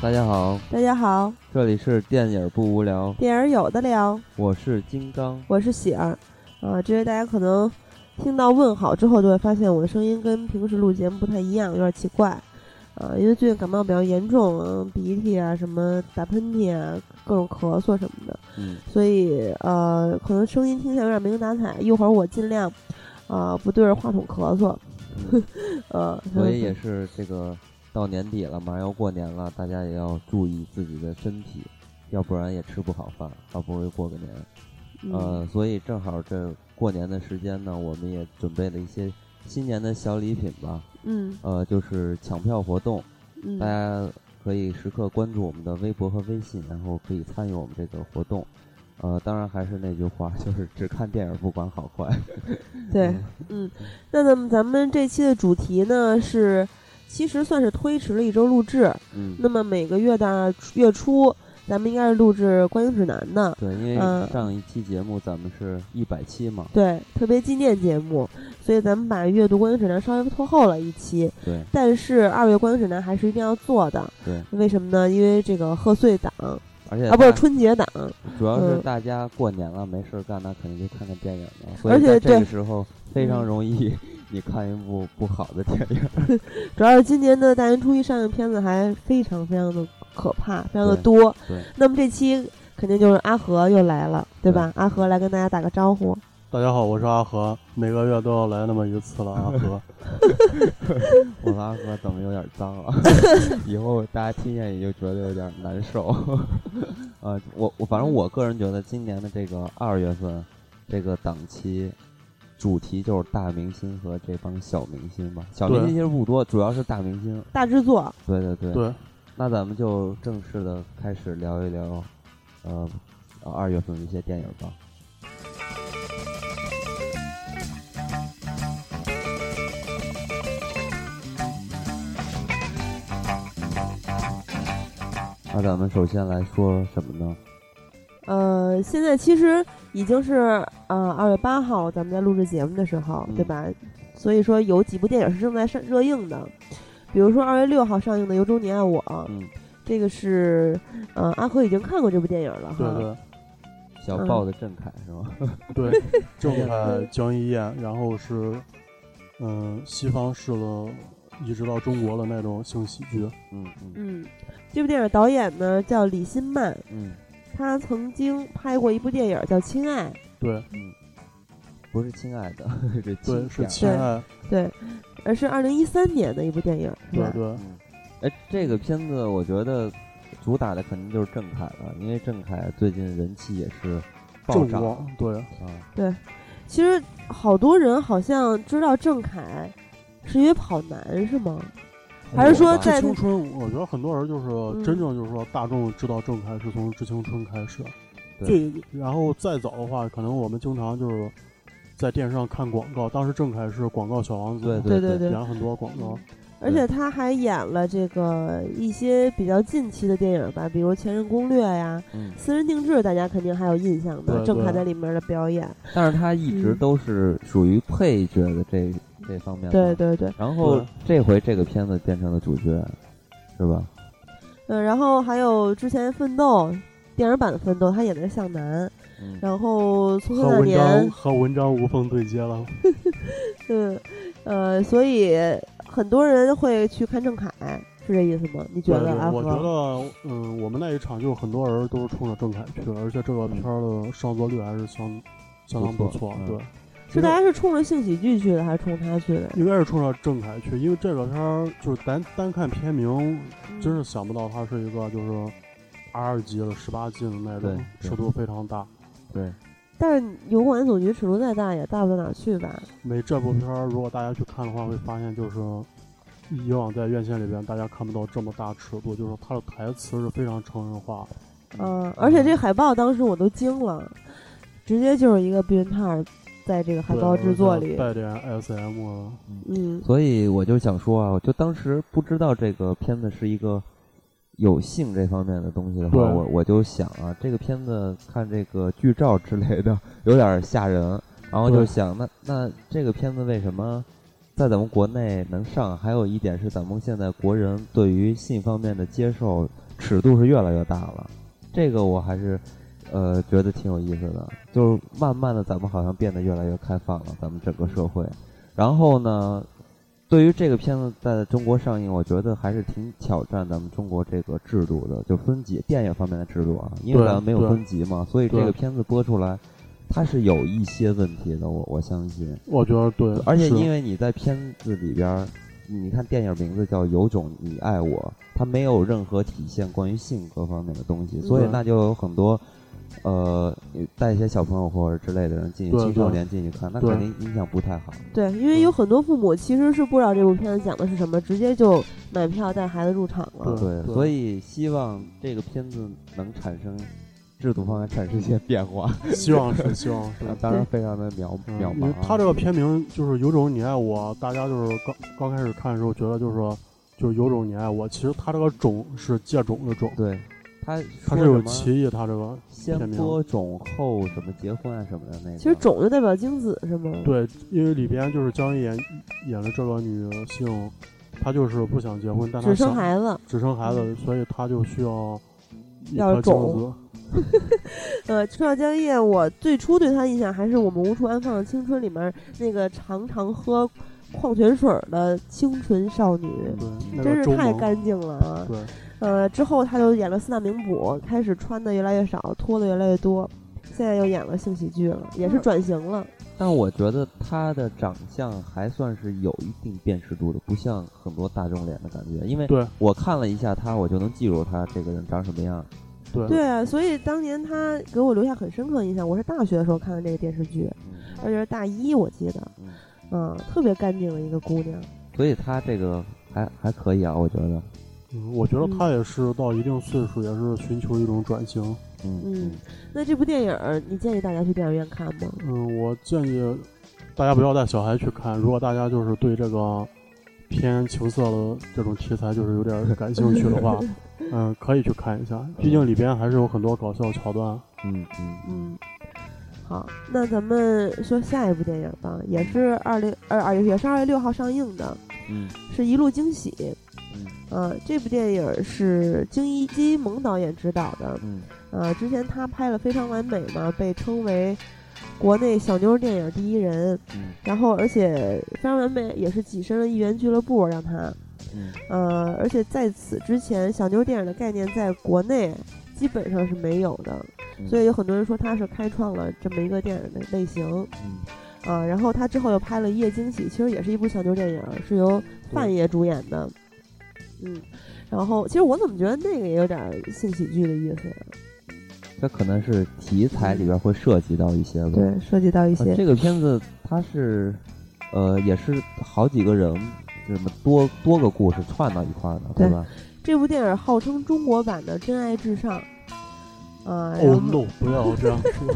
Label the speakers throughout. Speaker 1: 大家好，
Speaker 2: 大家好，
Speaker 1: 这里是电影不无聊，
Speaker 2: 电影有的聊，
Speaker 1: 我是金刚。
Speaker 2: 我是喜儿。啊，这位大家可能听到问好之后，就会发现我的声音跟平时录节目不太一样，有点奇怪。啊，因为最近感冒比较严重，嗯鼻涕啊，什么打喷嚏啊，各种咳嗽什么的，
Speaker 1: 嗯，
Speaker 2: 所以呃，可能声音听起来有点没精打采。一会儿我尽量，啊、不对着话筒咳嗽， 呃，
Speaker 1: 所以也是这个到年底了，马上要过年了，大家也要注意自己的身体，要不然也吃不好饭，好不容易过个年。
Speaker 2: 嗯
Speaker 1: 呃，所以正好这过年的时间呢，我们也准备了一些新年的小礼品吧。
Speaker 2: 嗯
Speaker 1: 呃，就是抢票活动，
Speaker 2: 嗯
Speaker 1: 大家可以时刻关注我们的微博和微信，然后可以参与我们这个活动。呃，当然还是那句话， 就是只看电影不管好坏。
Speaker 2: 对，嗯，那那么咱们这期的主题呢是，其实算是推迟了一周录制。
Speaker 1: 嗯，
Speaker 2: 那么每个月的月初，咱们应该是录制《观影指南》的，
Speaker 1: 对，因为
Speaker 2: 嗯
Speaker 1: 上一期节目咱们是一百期嘛，
Speaker 2: 对，特别纪念节目，所以咱们把阅读《观影指南》稍微拖后了一期。
Speaker 1: 对
Speaker 2: 但是二月《观影指南》还是一定要做的，
Speaker 1: 对，
Speaker 2: 为什么呢？因为这个贺岁档啊，
Speaker 1: 而且
Speaker 2: 不
Speaker 1: 大
Speaker 2: 是春节档，
Speaker 1: 主要是
Speaker 2: 嗯
Speaker 1: 大家过年了没事儿干，那肯定就看看电影了，所
Speaker 2: 而
Speaker 1: 以
Speaker 2: 且
Speaker 1: 在这
Speaker 2: 对嗯
Speaker 1: 个时候非常容易 你看一部不好的电影。
Speaker 2: 主要是今年的大年初一上映的片子还非常非常的可怕，非常的
Speaker 1: 对
Speaker 2: 多。
Speaker 1: 对，
Speaker 2: 那么这期肯定就是阿和又来了，对吧？阿和来跟大家打个招呼。
Speaker 3: 大家好，我是阿和，每个月都要来那么一次了。阿和，
Speaker 1: 我的阿哥怎么有点脏 啊？以后大家听见也就觉得有点难受。 呃，我我反正我个人觉得今年的这个二月份这个档期。主题就是大明星和这帮小明星吧，小明
Speaker 3: 对
Speaker 1: 星其实不多，主要是大明星。
Speaker 2: 大制作，
Speaker 1: 对对对。
Speaker 3: 对，
Speaker 1: 那咱们就正式的开始聊一聊，呃，二月份的一些电影吧。那咱们首先来说什么呢？
Speaker 2: 呃，现在其实已经是呃二月八号，咱们在录制节目的时候，
Speaker 1: 嗯
Speaker 2: 对吧？所以说有几部电影是正在上热映的，比如说二月六号上映的《有种你爱我》，
Speaker 1: 嗯，
Speaker 2: 这个是呃阿和已经看过这部电影了哈。
Speaker 3: 对对
Speaker 1: 小
Speaker 2: 嗯
Speaker 1: 豹的郑恺是吧？
Speaker 3: 对，郑恺、江一燕，然后是，嗯，西方式的，移植到中国的那种性喜剧。
Speaker 1: 嗯嗯
Speaker 2: 嗯，这部电影导演呢叫李新曼，
Speaker 1: 嗯
Speaker 2: 他曾经拍过一部电影叫《亲爱》，
Speaker 3: 对
Speaker 1: 嗯，不是亲爱的， 是
Speaker 3: 对，
Speaker 1: 亲
Speaker 3: 是
Speaker 1: 爱的
Speaker 3: 亲爱，
Speaker 2: 对，而是二零一三年的一部电影，是吧
Speaker 3: 对？对
Speaker 1: 嗯，哎，这个片子我觉得主打的肯定就是郑恺了，因为郑恺最近人气也是暴
Speaker 3: 正
Speaker 1: 涨啊
Speaker 3: 光，对，
Speaker 2: 其实好多人好像知道郑恺是因为跑男是吗？还是说
Speaker 1: 很火吧
Speaker 2: 在
Speaker 3: 《青春》，我觉得很多人就是
Speaker 2: 嗯
Speaker 3: 真正就是说大众知道郑恺是从《致青春》开始，
Speaker 2: 这
Speaker 1: 对
Speaker 2: 一
Speaker 3: 然后再早的话，可能我们经常就是在电视上看广告，当时郑恺是广告小王子，
Speaker 1: 对
Speaker 2: 对
Speaker 1: 对
Speaker 2: 对
Speaker 3: 演了很多广告。
Speaker 2: 嗯而且他还演了这个一些比较近期的电影吧，比如《前任攻略》呀，
Speaker 1: 嗯，
Speaker 2: 《私人定制》，大家肯定还有印象的，
Speaker 3: 对
Speaker 2: 郑恺
Speaker 3: 对
Speaker 2: 在里面的表演。
Speaker 1: 但是他一直
Speaker 2: 嗯
Speaker 1: 都是属于配角的这这方面，
Speaker 2: 对。对对，
Speaker 1: 然后
Speaker 3: 对
Speaker 1: 这回这个片子变成了主角，是吧？
Speaker 2: 嗯，然后还有之前《奋斗》电影版的《奋斗》，他演的是向南。
Speaker 1: 嗯，
Speaker 2: 然后《匆
Speaker 3: 和
Speaker 2: 匆那
Speaker 3: 文
Speaker 2: 年》，
Speaker 3: 章和文章无缝对接了，
Speaker 2: 嗯，呃，所以很多人会去看郑恺，是这意思吗？你觉
Speaker 3: 对
Speaker 2: 得
Speaker 3: 对
Speaker 2: 阿
Speaker 3: 我
Speaker 2: 和？
Speaker 3: 觉得，嗯，我们那一场就是很多人都是冲着郑恺去的，而且这个片儿的上座率还是相相当
Speaker 1: 不
Speaker 3: 不
Speaker 1: 错
Speaker 3: 错
Speaker 1: 嗯。
Speaker 3: 对，
Speaker 2: 是大家是冲着性喜剧去的，还是冲着他去的？
Speaker 3: 应该是冲着郑恺去，因为这个片儿就是咱单看片名，真是想不到它是一个就是 R 级的十八禁的那种
Speaker 1: 对，对
Speaker 3: 尺度非常大。
Speaker 1: 对，
Speaker 2: 但是油管总局尺度再大，也大不到哪儿去吧？
Speaker 3: 每这部片儿，如果大家去看的话，会发现就是以往在院线里边大家看不到这么大尺度，就是它的台词是非常成人化的。
Speaker 2: 嗯，而且这海报当时我都惊了，直接就是一个避孕套，在这个海
Speaker 3: 对
Speaker 2: 报制作里，
Speaker 3: 带点啊 SM 的
Speaker 2: 嗯，
Speaker 1: 所以我就想说啊，我就当时不知道这个片子是一个有性这方面的东西的话，
Speaker 3: 对
Speaker 1: 我我就想啊，这个片子看这个剧照之类的 有点吓人，然后就
Speaker 3: 对
Speaker 1: 想，那那这个片子为什么在咱们国内能上？还有一点是咱们现在国人对于性方面的接受尺度是越来越大了。这个我还是呃觉得挺有意思的，就是慢慢的咱们好像变得越来越开放了，咱们整个社会。然后呢，对于这个片子在中国上映，我觉得还是挺挑战咱们中国这个制度的，就分级电影方面的制度啊，因为
Speaker 3: 对
Speaker 1: 咱们没有
Speaker 3: 对
Speaker 1: 分级嘛，所以这
Speaker 3: 对
Speaker 1: 个片子播出来，它是有一些问题的，我我相信。
Speaker 3: 我觉得对，
Speaker 1: 而且
Speaker 3: 是
Speaker 1: 因为你在片子里边儿，你看电影名字叫《有种你爱我》，它没有任何体现关于性格方面的东西，所以
Speaker 3: 对
Speaker 1: 那就有很多。呃，带一些小朋友或者之类的人进去，
Speaker 3: 对
Speaker 1: 青少
Speaker 3: 对
Speaker 1: 年进去看，那
Speaker 3: 对
Speaker 1: 肯定影响不太好。
Speaker 2: 对，因为有
Speaker 3: 嗯
Speaker 2: 很多父母其实是不知道这部片子讲的是什么，直接就买票带孩子入场了。
Speaker 1: 对，
Speaker 3: 对
Speaker 1: 所以希望这个片子能产生制度方面产生一些变化，
Speaker 3: 希望是希望 是。
Speaker 1: 当然非常的渺
Speaker 3: 嗯
Speaker 1: 渺
Speaker 3: 因
Speaker 1: 茫
Speaker 3: 为
Speaker 1: 啊。
Speaker 3: 他这个片名就是“有种你爱我”，大家就是刚刚开始看的时候觉得就是说，就是“有种你爱我”，其实他这个“种”是借种的“种
Speaker 1: 对，他”，
Speaker 3: 它
Speaker 1: 说
Speaker 3: 是有
Speaker 1: 什么
Speaker 3: 歧义，它这个
Speaker 1: 先
Speaker 3: 片名
Speaker 1: 播种后什么结婚啊什么的那个。
Speaker 2: 其实种就代表精子是吗？
Speaker 3: 对，因为里边就是姜演演的这个女性，她就是不想结婚，但她
Speaker 2: 只生
Speaker 3: 想
Speaker 2: 孩子，
Speaker 3: 只生孩子，所以她就需要一
Speaker 2: 要
Speaker 3: 颗
Speaker 2: 种
Speaker 3: 精子。
Speaker 2: 呃，春晓江夜，我最初对他的印象还是我们无处安放的青春里面那个常常喝矿泉水儿的清纯少女，
Speaker 3: 对，那
Speaker 2: 真
Speaker 3: 个
Speaker 2: 是
Speaker 3: 周
Speaker 2: 太
Speaker 3: 萌
Speaker 2: 干净了啊！
Speaker 3: 对，
Speaker 2: 呃，之后他就演了四大名捕，开始穿的越来越少，脱的越来越多，现在又演了性喜剧了，也是转型了。
Speaker 1: 但我觉得他的长相还算是有一定辨识度的，不像很多大众脸的感觉。因为
Speaker 3: 对
Speaker 1: 我看了一下他，我就能记住他这个人长什么样。
Speaker 3: 对
Speaker 2: 对啊，所以当年他给我留下很深刻的印象。我是大学的时候看的这个电视剧，
Speaker 1: 嗯
Speaker 2: 而且是大一，我记得，
Speaker 1: 嗯，
Speaker 2: 嗯，特别干净的一个姑娘。
Speaker 1: 所以他这个还还可以啊，我觉得。
Speaker 3: 嗯，我觉得
Speaker 2: 嗯
Speaker 3: 她也是到一定岁数，也是寻求一种转型。
Speaker 1: 嗯
Speaker 2: 嗯，那这部电影儿，你建议大家去电影院看吗？
Speaker 3: 嗯，我建议大家不要带小孩去看。如果大家就是对这个偏情色的这种题材就是有点儿感兴趣的 话，嗯，可以去看一下。毕竟里边还是有很多搞笑桥段。
Speaker 1: 嗯嗯嗯，
Speaker 2: 嗯，好，那咱们说下一部电影吧，也是二零呃二也是二月六号上映的，
Speaker 1: 嗯
Speaker 2: 是一路惊喜。
Speaker 1: 嗯
Speaker 2: 呃，这部电影是金一金一萌导演执导的。
Speaker 1: 嗯
Speaker 2: 呃，之前他拍了《非常完美》嘛，被称为国内小妞电影第一人。
Speaker 1: 嗯
Speaker 2: 然后，而且《非常完美》也是跻身了艺员俱乐部，让他
Speaker 1: 嗯
Speaker 2: 呃，而且在此之前，小妞电影的概念在国内基本上是没有的，
Speaker 1: 嗯
Speaker 2: 所以有很多人说他是开创了这么一个电影的类型
Speaker 1: 嗯
Speaker 2: 啊、然后他之后又拍了《夜惊喜》，其实也是一部小妞电影，是由范爷主演的。嗯，然后其实我怎么觉得那个也有点儿性喜剧的意思呀？
Speaker 1: 这可能是题材里边会涉及到一些吧。
Speaker 2: 对，涉及到一
Speaker 1: 呃
Speaker 2: 些
Speaker 1: 这个片子它是，呃，也是好几个人，什么多多个故事串到一块儿的，对
Speaker 2: 对
Speaker 1: 吧？
Speaker 2: 这部电影号称中国版的《真爱至上》啊，然
Speaker 3: Oh
Speaker 2: 后
Speaker 3: no！不要这样说。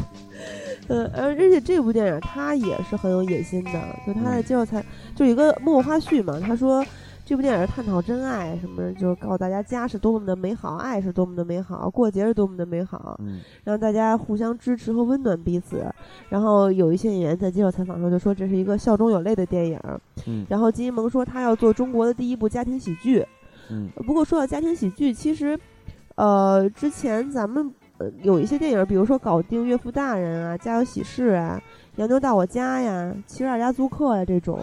Speaker 2: 呃，而而且这部电影它也是很有野心的，就他在接受采，就有一个幕后花絮嘛，他说这部电影探讨真爱，什么就是告诉大家家是多么的美好，爱是多么的美好，过节是多么的美好，
Speaker 1: 嗯
Speaker 2: 让大家互相支持和温暖彼此。然后有一些演员在接受采访的时候就说这是一个笑中有泪的电影。
Speaker 1: 嗯
Speaker 2: 然后金一萌说他要做中国的第一部家庭喜剧，
Speaker 1: 嗯
Speaker 2: 不过说到家庭喜剧，其实，呃，之前咱们呃有一些电影，比如说《搞定岳父大人》啊，《家有喜事》啊，《洋妞到我家》呀，《七十二家租客》呀，这种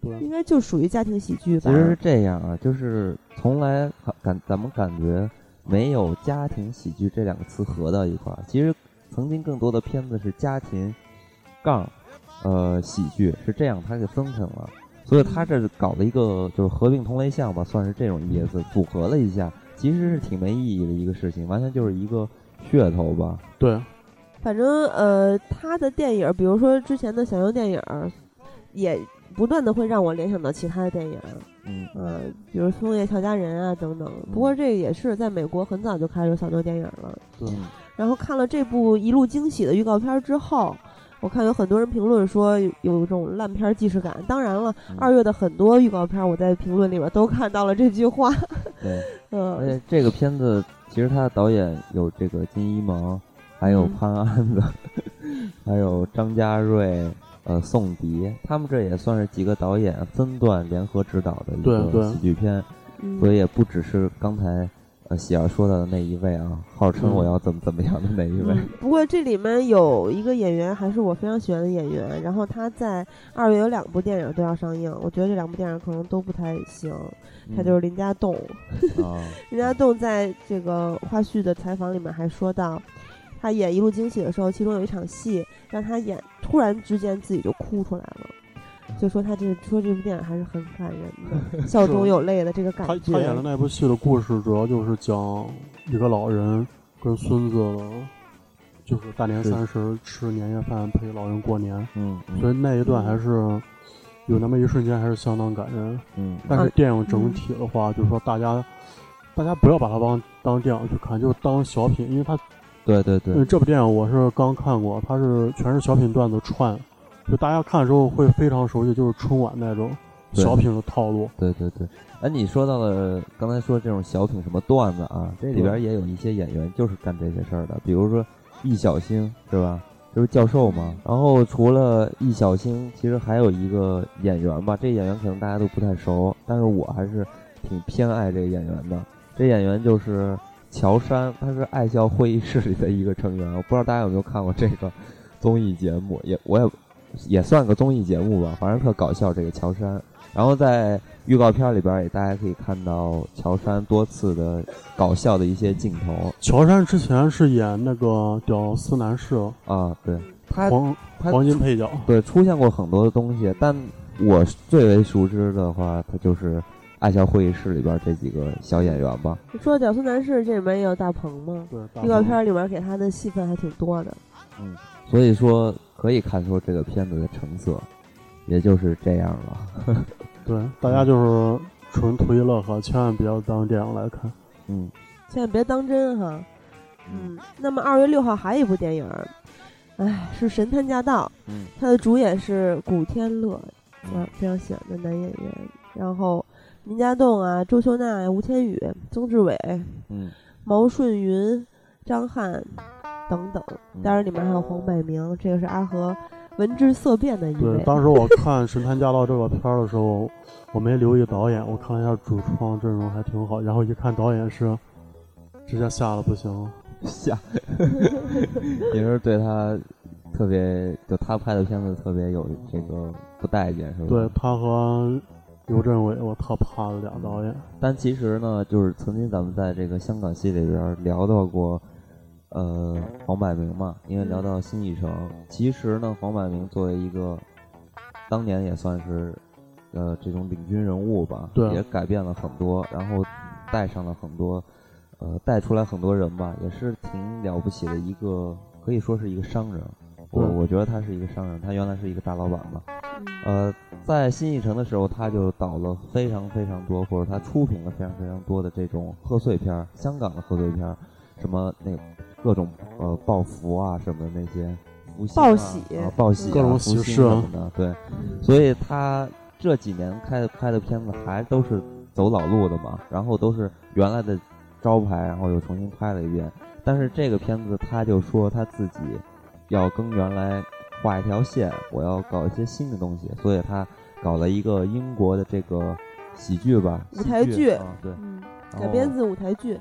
Speaker 3: 对
Speaker 2: 应该就属于家庭喜剧
Speaker 1: 其
Speaker 2: 吧？
Speaker 1: 实是这样啊，就是从来好感咱们感觉没有家庭喜剧这两个词合到一块儿。其实曾经更多的片子是家庭杠呃喜剧是这样，它给分开了。所以他这搞了一个就是合并同类项吧，算是这种意思，组合了一下，其实是挺没意义的一个事情，完全就是一个噱头吧。
Speaker 3: 对
Speaker 2: 反正呃，他的电影，比如说之前的小熊电影，也不断的会让我联想到其他的电影，
Speaker 1: 嗯
Speaker 2: 呃，比如《枫叶俏佳人》啊等等。不过这个也是在美国很早就开始有小妞电影了。
Speaker 1: 对，
Speaker 2: 然后看了这部《一路惊喜》的预告片之后，我看有很多人评论说有有一种烂片既视感。当然了，
Speaker 1: 嗯
Speaker 2: 二月的很多预告片，我在评论里边都看到了这句话。
Speaker 1: 对。而
Speaker 2: 嗯，
Speaker 1: 且呃这个片子其实它的导演有这个金一萌，还有
Speaker 2: 嗯
Speaker 1: 潘安子， 还有张家瑞、呃宋迪，他们这也算是几个导演分段联合执导的一
Speaker 3: 对
Speaker 1: 个
Speaker 3: 对
Speaker 1: 喜剧片，
Speaker 2: 嗯
Speaker 1: 所以也不只是刚才。呃喜儿说到的那一位啊，号称我要怎么怎么样的那一位，
Speaker 2: 嗯，不过这里面有一个演员还是我非常喜欢的演员，然后他在二月有两部电影都要上映，我觉得这两部电影可能都不太行。 他就是林家栋，
Speaker 1: 嗯啊，
Speaker 2: 林家栋在这个花絮的采访里面还说到，他演《一路惊喜》的时候，其中有一场戏让他演，突然之间自己就哭出来了。就说他这说这部电影还是很感人 的，笑中有泪的这个感
Speaker 3: 他
Speaker 2: 觉。
Speaker 3: 他演的那部戏的故事主要就是讲一个老人跟孙子，就是大年三十吃年夜饭陪老人过年，
Speaker 1: 嗯
Speaker 3: 所以
Speaker 1: 嗯
Speaker 3: 那一段还是有那么一瞬间还是相当感人。
Speaker 1: 嗯，
Speaker 3: 但是
Speaker 2: 啊
Speaker 3: 电影整体的话，就是说大家大家不要把它当当电影去看，就是当小品，因为它
Speaker 1: 对对对
Speaker 3: 嗯，这部电影我是刚看过，它是全是小品段子串，就大家看的时候会非常熟悉，就是春晚那种
Speaker 1: 对
Speaker 3: 小品的套路。
Speaker 1: 对对对，哎，你说到了刚才说这种小品什么段子啊，这里边也有一些演员就是干这些事儿的，比如说易小星是吧？这不是教授嘛？然后除了易小星，其实还有一个演员吧，这演员可能大家都不太熟，但是我还是挺偏爱这个演员的。这演员就是乔杉，他是爱笑会议室里的一个成员。我不知道大家有没有看过这个综艺节目，也我也也算个综艺节目吧，反正特搞笑。这个乔杉，然后在预告片里边儿也大家可以看到乔杉多次的搞笑的一些镜头
Speaker 3: 乔杉之前是演那个屌丝男士
Speaker 1: 啊，对他
Speaker 3: 黄
Speaker 1: 他
Speaker 3: 黄金配角，
Speaker 1: 对出现过很多的东西，但我最为熟知的话，他就是《爱笑会议室》里边儿这几个小演员吧。
Speaker 2: 说《屌丝男士》这里面也有大鹏吗？
Speaker 3: 对大
Speaker 2: 预告
Speaker 3: 鹏
Speaker 2: 片里面给他的戏份还挺多的。
Speaker 1: 所以说可以看出这个片子的成色，也就是这样了。
Speaker 3: 对大家就是纯图一乐呵，千万不要当电影来看。
Speaker 1: 嗯
Speaker 2: 千万别当真哈。嗯，那么二月六号还有一部电影儿，哎，是《神探驾到》，
Speaker 1: 嗯
Speaker 2: 它的主演是古天乐，啊
Speaker 1: 嗯，
Speaker 2: 非常喜欢的男演员。然后林家栋啊、周秀娜呀、吴千语、曾志伟、
Speaker 1: 嗯，
Speaker 2: 毛舜筠、张翰等等。
Speaker 1: 嗯
Speaker 2: 当然里面还有黄百鸣，这个是阿和闻之色变的一
Speaker 3: 对，
Speaker 2: 位。
Speaker 3: 当时我看《神探驾到》这个片儿的时候，我没留意导演，我看了一下主创阵容还挺好，然后一看导演是，直接吓得不行了。
Speaker 1: 吓， 也是对他特别，就他拍的片子特别有这个不待见，是吧？
Speaker 3: 对他和刘镇伟，我特怕的俩导演。
Speaker 1: 但其实呢，就是曾经咱们在这个香港戏里边儿聊到过，呃，黄百鸣嘛，因为聊
Speaker 3: 嗯
Speaker 1: 到新艺城，其实呢，黄百鸣作为一个当年也算是呃这种领军人物吧，
Speaker 3: 对啊
Speaker 1: 也改变了很多，然后带上了很多，呃，带出来很多人吧，也是挺了不起的一个，可以说是一个商人。我
Speaker 3: 对
Speaker 1: 我觉得他是一个商人，他原来是一个大老板嘛，
Speaker 2: 嗯
Speaker 3: 啊
Speaker 1: 呃，在新艺城的时候，他就导了非常非常多，或者他出品了非常非常多的这种贺岁片儿，香港的贺岁片儿，什么那各种呃报福啊什么的那些福星啊、
Speaker 2: 报喜
Speaker 1: 啊、报喜、啊、
Speaker 3: 各种
Speaker 1: 福
Speaker 3: 喜
Speaker 1: 星
Speaker 3: 事啊
Speaker 1: 什么的，对，所以他这几年开的拍的片子还都是走老路的嘛，然后都是原来的招牌，然后又重新拍了一遍。但是这个片子他就说他自己要跟原来画一条线，我要搞一些新的东西，所以他搞了一个英国的这个喜剧吧，
Speaker 2: 舞台
Speaker 1: 喜
Speaker 2: 剧
Speaker 1: 啊，对，
Speaker 2: 嗯，
Speaker 1: 然
Speaker 2: 改
Speaker 1: 后
Speaker 3: 哦
Speaker 2: 编自舞台剧。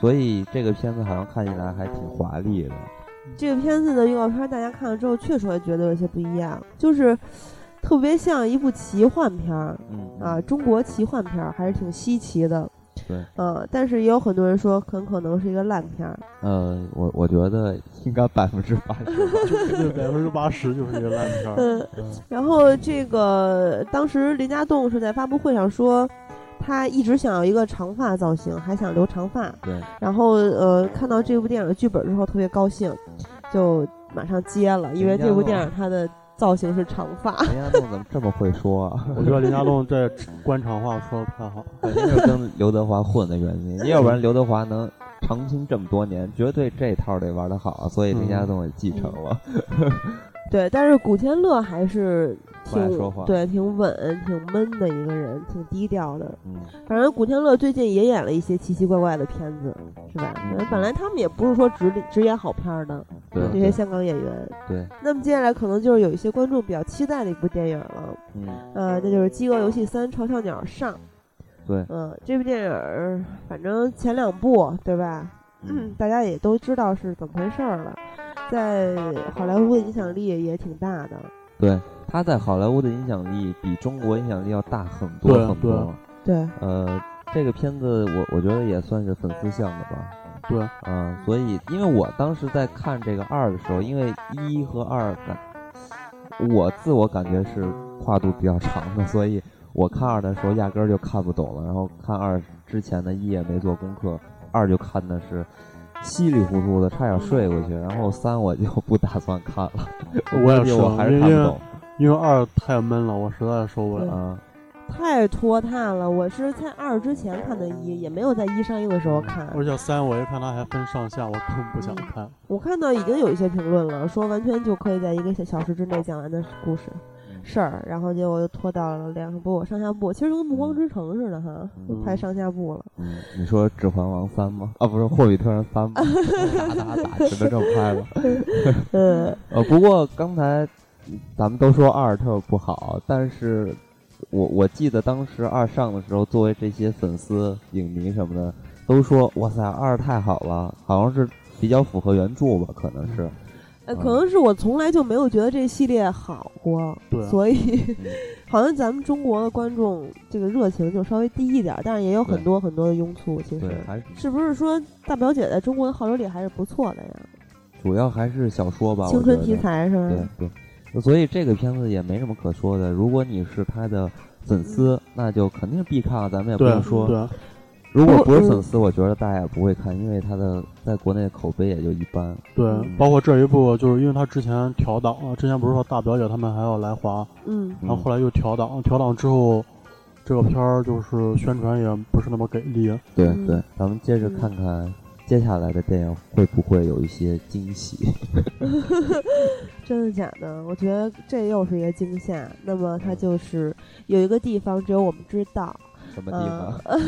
Speaker 1: 所以这个片子好像看起来还挺华丽的，
Speaker 3: 嗯
Speaker 2: 这个片子的预告片，大家看了之后确实会觉得有些不一样，就是特别像一部奇幻片儿
Speaker 1: 嗯
Speaker 2: 啊，，中国奇幻片儿还是挺稀奇的。
Speaker 1: 对，
Speaker 2: 嗯，但是也有很多人说很可能是一个烂片儿。
Speaker 1: 呃，我我觉得应该百分之八 十，
Speaker 3: 对，百分之八十就是一个烂片儿。
Speaker 2: 嗯， 然后这个当时林家栋是在发布会上说，他一直想要一个长发造型，还想留长发。
Speaker 1: 对，
Speaker 2: 然后呃，看到这部电影的剧本之后特别高兴，就马上接了，因为这部电影它的造型是长发。
Speaker 1: 人家弄怎么这么会说啊？
Speaker 3: 我觉得林家栋这官场话说的太好，
Speaker 1: 肯定是跟刘德华混的原因，要不然刘德华能长青这么多年，绝对这套得玩得好，啊所以林家栋也继承了。
Speaker 2: 对，但是古天乐还是
Speaker 1: 不爱
Speaker 2: 挺
Speaker 1: 说话
Speaker 2: 对，挺稳、挺闷的一个人，挺低调的。
Speaker 1: 嗯，
Speaker 2: 反正古天乐最近也演了一些奇奇怪怪的片子，是吧？
Speaker 1: 嗯
Speaker 2: 反正本来他们也不是说只只演好片儿的，
Speaker 1: 对
Speaker 2: 这些香港演员。
Speaker 1: 对，
Speaker 2: 那么接下来可能就是有一些观众比较期待的一部电影了，
Speaker 1: 嗯
Speaker 2: 呃，那就是《饥饿游戏三：嘲笑鸟上》。
Speaker 1: 对，
Speaker 2: 嗯，这部电影儿反正前两部对吧、嗯，大家也都知道是怎么回事儿了，在好莱坞的影响力也挺大的。
Speaker 1: 对，他在好莱坞的影响力比中国影响力要大很多
Speaker 3: 对
Speaker 1: 很
Speaker 3: 对
Speaker 1: 多。
Speaker 2: 对，
Speaker 1: 呃，这个片子我我觉得也算是粉丝向的吧。
Speaker 3: 对，
Speaker 1: 啊、所以因为我当时在看这个二的时候，因为一和二感，我自我感觉是跨度比较长的，所以我看二的时候压根儿就看不懂了。然后看二之前的一也没做功课，二就看的是稀里糊涂的，差点睡过去。然后三我就不打算看了，
Speaker 3: 我也
Speaker 1: 估计
Speaker 3: 是
Speaker 1: 我还是看不懂
Speaker 3: 因为二太闷了，我实在是受不了。
Speaker 1: 啊。
Speaker 2: 太拖沓了。我是在二之前看的一，也没有在一上映的时候嗯看。嗯
Speaker 3: 而且三我一看它还分上下，我更不想看。
Speaker 2: 我看到已经有一些评论了，说完全就可以在一个小小时之内讲完的故事事儿，然后结果又拖到了两部上下部，其实就跟《暮光之城》似的哈，
Speaker 1: 嗯
Speaker 2: 拍上下部了。
Speaker 1: 嗯，你说《指环王三》吗？啊，不是《霍比特人三》吗？打打打，只能这么拍了。
Speaker 2: 嗯，
Speaker 1: 呃，不过刚才咱们都说二特不好，但是我我记得当时二上的时候，作为这些粉丝、影迷什么的，都说哇塞，二太好了，好像是比较符合原著吧，可能是。
Speaker 2: 呃，可能是我从来就没有觉得这系列好过，
Speaker 3: 对啊
Speaker 2: 所以
Speaker 1: 嗯
Speaker 2: 好像咱们中国的观众这个热情就稍微低一点儿，但是也有很多很多的拥簇。其实
Speaker 1: 对，还是
Speaker 2: 嗯是不是说大表姐在中国的号召力还是不错的呀？
Speaker 1: 主要还是小说吧，
Speaker 2: 青春
Speaker 1: 我觉
Speaker 2: 题
Speaker 1: 得。
Speaker 2: 材是吧？
Speaker 1: 对对，那所以这个片子也没什么可说的。如果你是他的粉丝，
Speaker 2: 嗯
Speaker 1: 那就肯定必看了，咱们也不
Speaker 3: 对
Speaker 1: 用
Speaker 3: 啊
Speaker 1: 说。
Speaker 3: 对啊，
Speaker 1: 如果
Speaker 2: 不
Speaker 1: 不是
Speaker 2: 嗯
Speaker 1: 粉丝，我觉得大家也不会看，因为他的在国内口碑也就一般。
Speaker 3: 对
Speaker 1: 嗯，
Speaker 3: 包括这一部，就是因为他之前调档了，之前不是说大表姐他们还要来华，
Speaker 2: 嗯，
Speaker 1: 嗯
Speaker 3: 然后后来又调档，调档之后，这个片儿就是宣传也不是那么给力。
Speaker 1: 对
Speaker 2: 嗯
Speaker 1: 对，咱们接着看看接下来的电影会不会有一些惊 喜。
Speaker 2: 真的假的？我觉得这又是一个惊吓。那么
Speaker 1: 嗯
Speaker 2: 它就是有一个地方只有我们知道，
Speaker 1: 什么
Speaker 2: 嗯，
Speaker 1: 地方、
Speaker 2: 呃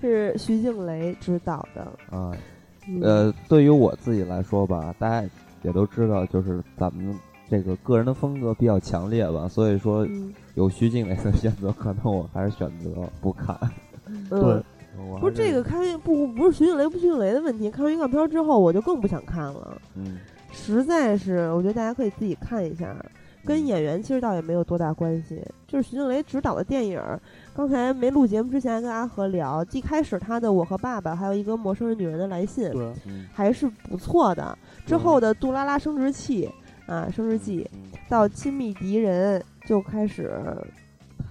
Speaker 2: 是徐静蕾执导的。
Speaker 1: 啊？
Speaker 2: 嗯、
Speaker 1: 呃，对于我自己来说吧，大家也都知道，就是咱们这个个人的风格比较强烈吧，所以说
Speaker 2: 嗯，
Speaker 1: 有徐静蕾的选择，可能我还是选择不看。
Speaker 2: 嗯
Speaker 3: 对，
Speaker 1: 我还
Speaker 2: 不是这个，看不不是徐静蕾不徐静蕾的问题，看完预告片之后我就更不想看了，
Speaker 1: 嗯，
Speaker 2: 实在是我觉得大家可以自己看一下，
Speaker 1: 嗯
Speaker 2: 跟演员其实倒也没有多大关系，就是徐静蕾执导的电影儿。刚才没录节目之前还跟阿和聊，一开始他的《我和爸爸》还有一个陌生人女人的来信
Speaker 3: 对，
Speaker 1: 嗯
Speaker 2: 还是不错的，之后的《杜拉拉升职记》啊，升职记
Speaker 1: 嗯
Speaker 2: 到《亲密敌人》就开始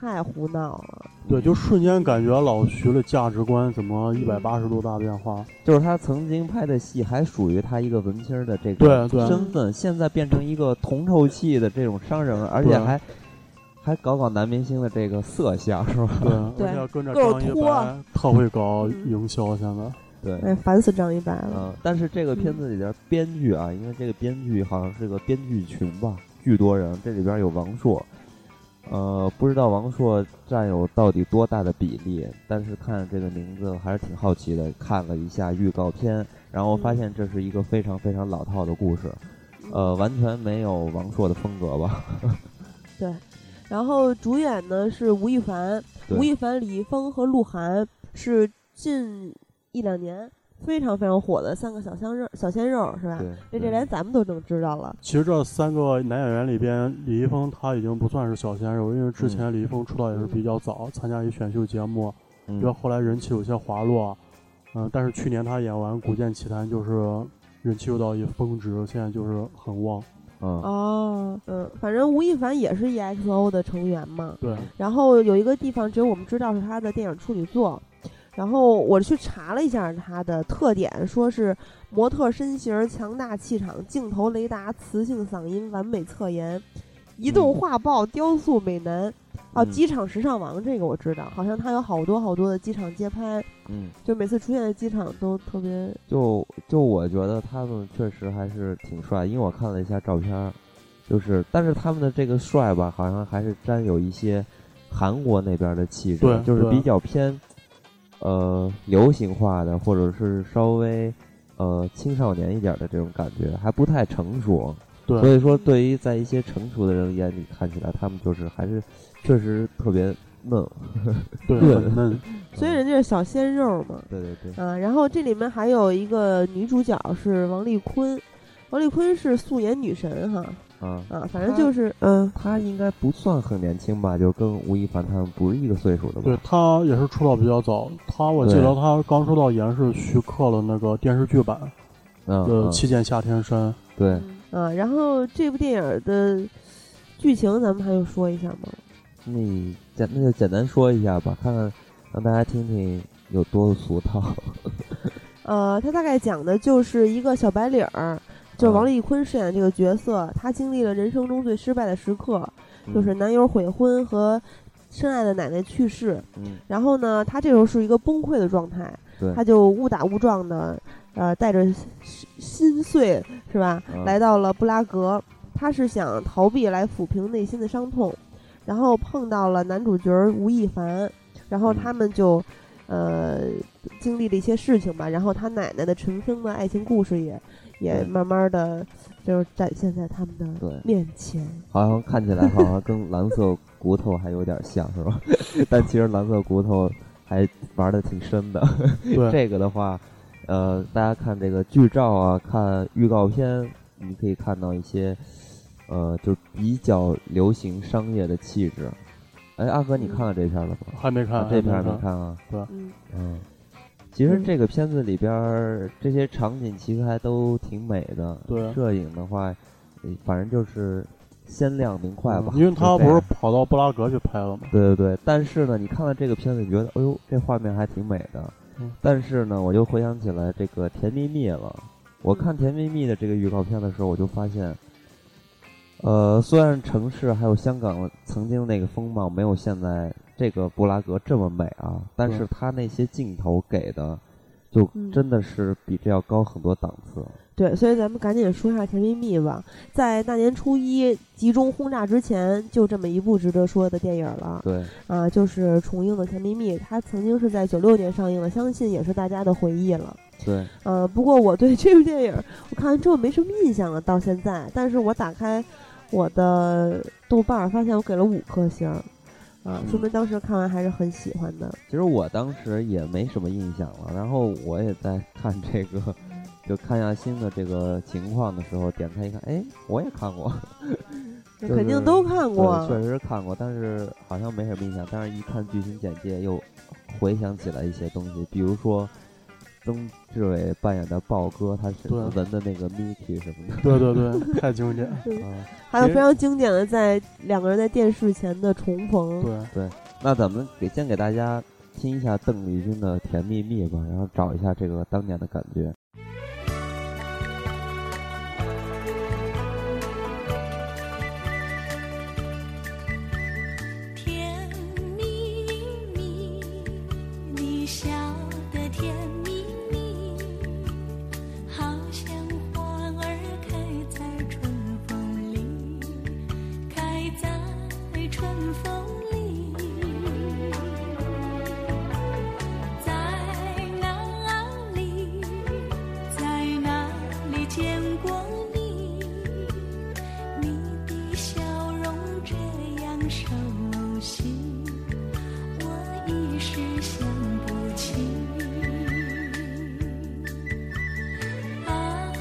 Speaker 2: 太胡闹了。
Speaker 1: 嗯
Speaker 3: 对，就瞬间感觉老徐的价值观怎么一百八十度大变 化。
Speaker 1: 就是他曾经拍的戏还属于他一个文青儿的这个
Speaker 3: 对啊对
Speaker 1: 身份，现在变成一个铜臭气的这种商人，而且
Speaker 3: 啊
Speaker 1: 还还搞搞男明星的这个色相，是吧？
Speaker 3: 对，
Speaker 2: 对
Speaker 3: 而且跟着
Speaker 2: 各种
Speaker 3: 张一
Speaker 2: 拖
Speaker 3: 白特会搞营销，现在
Speaker 1: 对，
Speaker 2: 哎，烦死张一白
Speaker 1: 嗯、
Speaker 2: 了。
Speaker 1: 但是这个片子里边编剧啊，因为这个编剧好像是个编剧群吧，巨多人，这里边有王朔，呃，不知道王朔占有到底多大的比例，但是看这个名字还是挺好奇的，看了一下预告片，然后发现这是一个非常非常老套的故事，呃，完全没有王朔的风格吧？嗯
Speaker 2: 对。然后主演呢是吴亦凡，
Speaker 1: 对
Speaker 2: 吴亦凡、李易峰和鹿晗是近一两年非常非常火的三个小鲜肉，小鲜肉是吧？这
Speaker 1: 对，
Speaker 2: 啊这连咱们都能知道了。
Speaker 3: 其实这三个男演员里边，李易峰他已经不算是小鲜肉，因为之前李易峰出道也是比较早，参加一选秀节目，
Speaker 1: 嗯
Speaker 3: 然后后来人气有些滑落，嗯、但是去年他演完《古剑奇谭》就是人气又到一峰值，现在就是很旺。
Speaker 1: 嗯
Speaker 2: 哦，嗯，反正吴亦凡也是 EXO 的成员嘛。
Speaker 3: 对，
Speaker 2: 然后有一个地方只有我们知道是他的电影处女作，然后我去查了一下他的特点，说是模特身形强大气场，镜头雷达，磁性嗓音，完美侧颜，移动画报，雕塑美男。哦，
Speaker 1: 嗯
Speaker 2: 机场时尚王这个我知道，好像他有好多好多的机场街拍，
Speaker 1: 嗯，
Speaker 2: 就每次出现在机场都特别
Speaker 1: 就就我觉得他们确实还是挺帅，因为我看了一下照片儿，就是但是他们的这个帅吧，好像还是沾有一些韩国那边的气质，
Speaker 3: 对
Speaker 1: 就是
Speaker 3: 对
Speaker 1: 比较偏呃流行化的，或者是稍微呃青少年一点的这种感觉，还不太成熟。
Speaker 3: 对
Speaker 1: 所以说对于在一些成熟的人眼里看起来，他们就是还是确实特别嫩，
Speaker 3: 对，
Speaker 1: 对
Speaker 3: 很嫩，
Speaker 2: 所以人家是小鲜肉嘛。
Speaker 1: 对对对，
Speaker 2: 啊，然后这里面还有一个女主角是王丽坤，王丽坤是素颜女神哈
Speaker 1: 啊，
Speaker 2: 啊，反正就是嗯
Speaker 1: 他应该不算很年轻吧，就跟吴亦凡他们不是一个岁数的
Speaker 3: 对
Speaker 1: 吧？
Speaker 3: 他也是出道比较早，他我记
Speaker 1: 对
Speaker 3: 得他刚出道演是徐克的那个电视剧版
Speaker 1: 嗯，
Speaker 3: 的《
Speaker 1: 嗯
Speaker 3: 七剑下 天山》，
Speaker 1: 对，
Speaker 2: 啊，然后这部电影的剧情咱们还用说一下吗？
Speaker 1: 那你简那就简单说一下吧，看看让大家听听有多俗 套。
Speaker 2: 呃，他大概讲的就是一个小白领儿，就是王
Speaker 1: 嗯
Speaker 2: 丽坤饰演这个角色，她经历了人生中最失败的时刻，
Speaker 1: 嗯
Speaker 3: 嗯
Speaker 2: 就是男友悔婚和深爱的奶奶去世。
Speaker 1: 嗯，
Speaker 2: 然后呢，她这时候是一个崩溃的状态，
Speaker 1: 对
Speaker 2: 她就误打误撞的，呃，带着心心碎是吧，
Speaker 1: 嗯
Speaker 2: 来到了布拉格。她是想逃避来抚平内心的伤痛，然后碰到了男主角吴亦凡，然后
Speaker 1: 嗯
Speaker 2: 他们就，呃，经历了一些事情吧。然后他奶奶的重生的爱情故事也也
Speaker 1: 对
Speaker 2: 慢慢的就是展现在他们的
Speaker 1: 对，
Speaker 2: 面前。
Speaker 1: 好像看起来好像跟蓝色骨头还有点像是吧？ 但其实蓝色骨头还玩的挺深的。
Speaker 3: 对，
Speaker 1: 这个的话，呃，大家看这个剧照啊，看预告片，你可以看到一些，呃，就比较流行商业的气质。哎，阿哥，你
Speaker 3: 嗯
Speaker 1: 看了这片儿了吗？
Speaker 3: 还没看
Speaker 1: 啊，这片儿没，看啊。
Speaker 2: 嗯，
Speaker 1: 嗯，其实
Speaker 2: 嗯
Speaker 1: 这个片子里边儿这些场景其实还都挺美的。
Speaker 3: 对
Speaker 1: 摄影的话，呃反正就是鲜亮明快吧。
Speaker 3: 嗯因为他
Speaker 1: 就这
Speaker 3: 不
Speaker 1: 样
Speaker 3: 是跑到布拉格去拍了吗？
Speaker 1: 对对对，但是呢，你看了这个片子，你觉得，哎呦，这画面还挺美的。
Speaker 3: 嗯
Speaker 1: 但是呢，我就回想起来这个《甜蜜蜜》了。我看《甜蜜蜜》的这个预告片的时候，我就发现，呃，虽然城市还有香港曾经那个风貌没有现在这个布拉格这么美啊，但是
Speaker 3: 嗯
Speaker 1: 它那些镜头给的，就
Speaker 2: 嗯
Speaker 1: 真的是比这要高很多档次。
Speaker 2: 对，所以咱们赶紧说一下《甜蜜蜜》吧。在大年初一集中轰炸之前，就这么一部值得说的电影了
Speaker 1: 对，
Speaker 2: 啊，就是重映的《甜蜜蜜》，它曾经是在九六年上映的，相信也是大家的回忆了。
Speaker 1: 对，
Speaker 2: 呃，不过我对这部电影我看完之后没什么印象了，到现在。但是我打开我的豆瓣儿，发现我给了五颗星儿，啊，说
Speaker 1: 嗯
Speaker 2: 明当时看完还是很喜欢的。
Speaker 1: 其实我当时也没什么印象了，然后我也在看这个，就看一下新的这个情况的时候，点开一看，哎，我也看过，
Speaker 2: 那
Speaker 1: 就
Speaker 2: 肯定
Speaker 1: 是
Speaker 2: 都看过，
Speaker 1: 对确实是看过，但是好像没什么印象。但是一看剧情简介，又回想起来一些东西，比如说曾志伟扮演的豹哥，他是
Speaker 3: 对
Speaker 1: 闻的那个 Mickey 什么的。
Speaker 3: 对 对对，太经典，
Speaker 1: 啊，
Speaker 2: 还有
Speaker 1: 其
Speaker 2: 非
Speaker 1: 实
Speaker 2: 常经典的在两个人在电视前的重逢。
Speaker 3: 对，
Speaker 1: 那咱们给先给大家听一下邓丽君的《甜蜜蜜》吧，然后找一下这个当年的感觉。
Speaker 4: 甜蜜蜜，你笑得甜蜜蜜，好像花儿开在春风里，开在春风里。在哪里，在哪里见过你？你的笑容这样熟悉，我一时想不起。啊，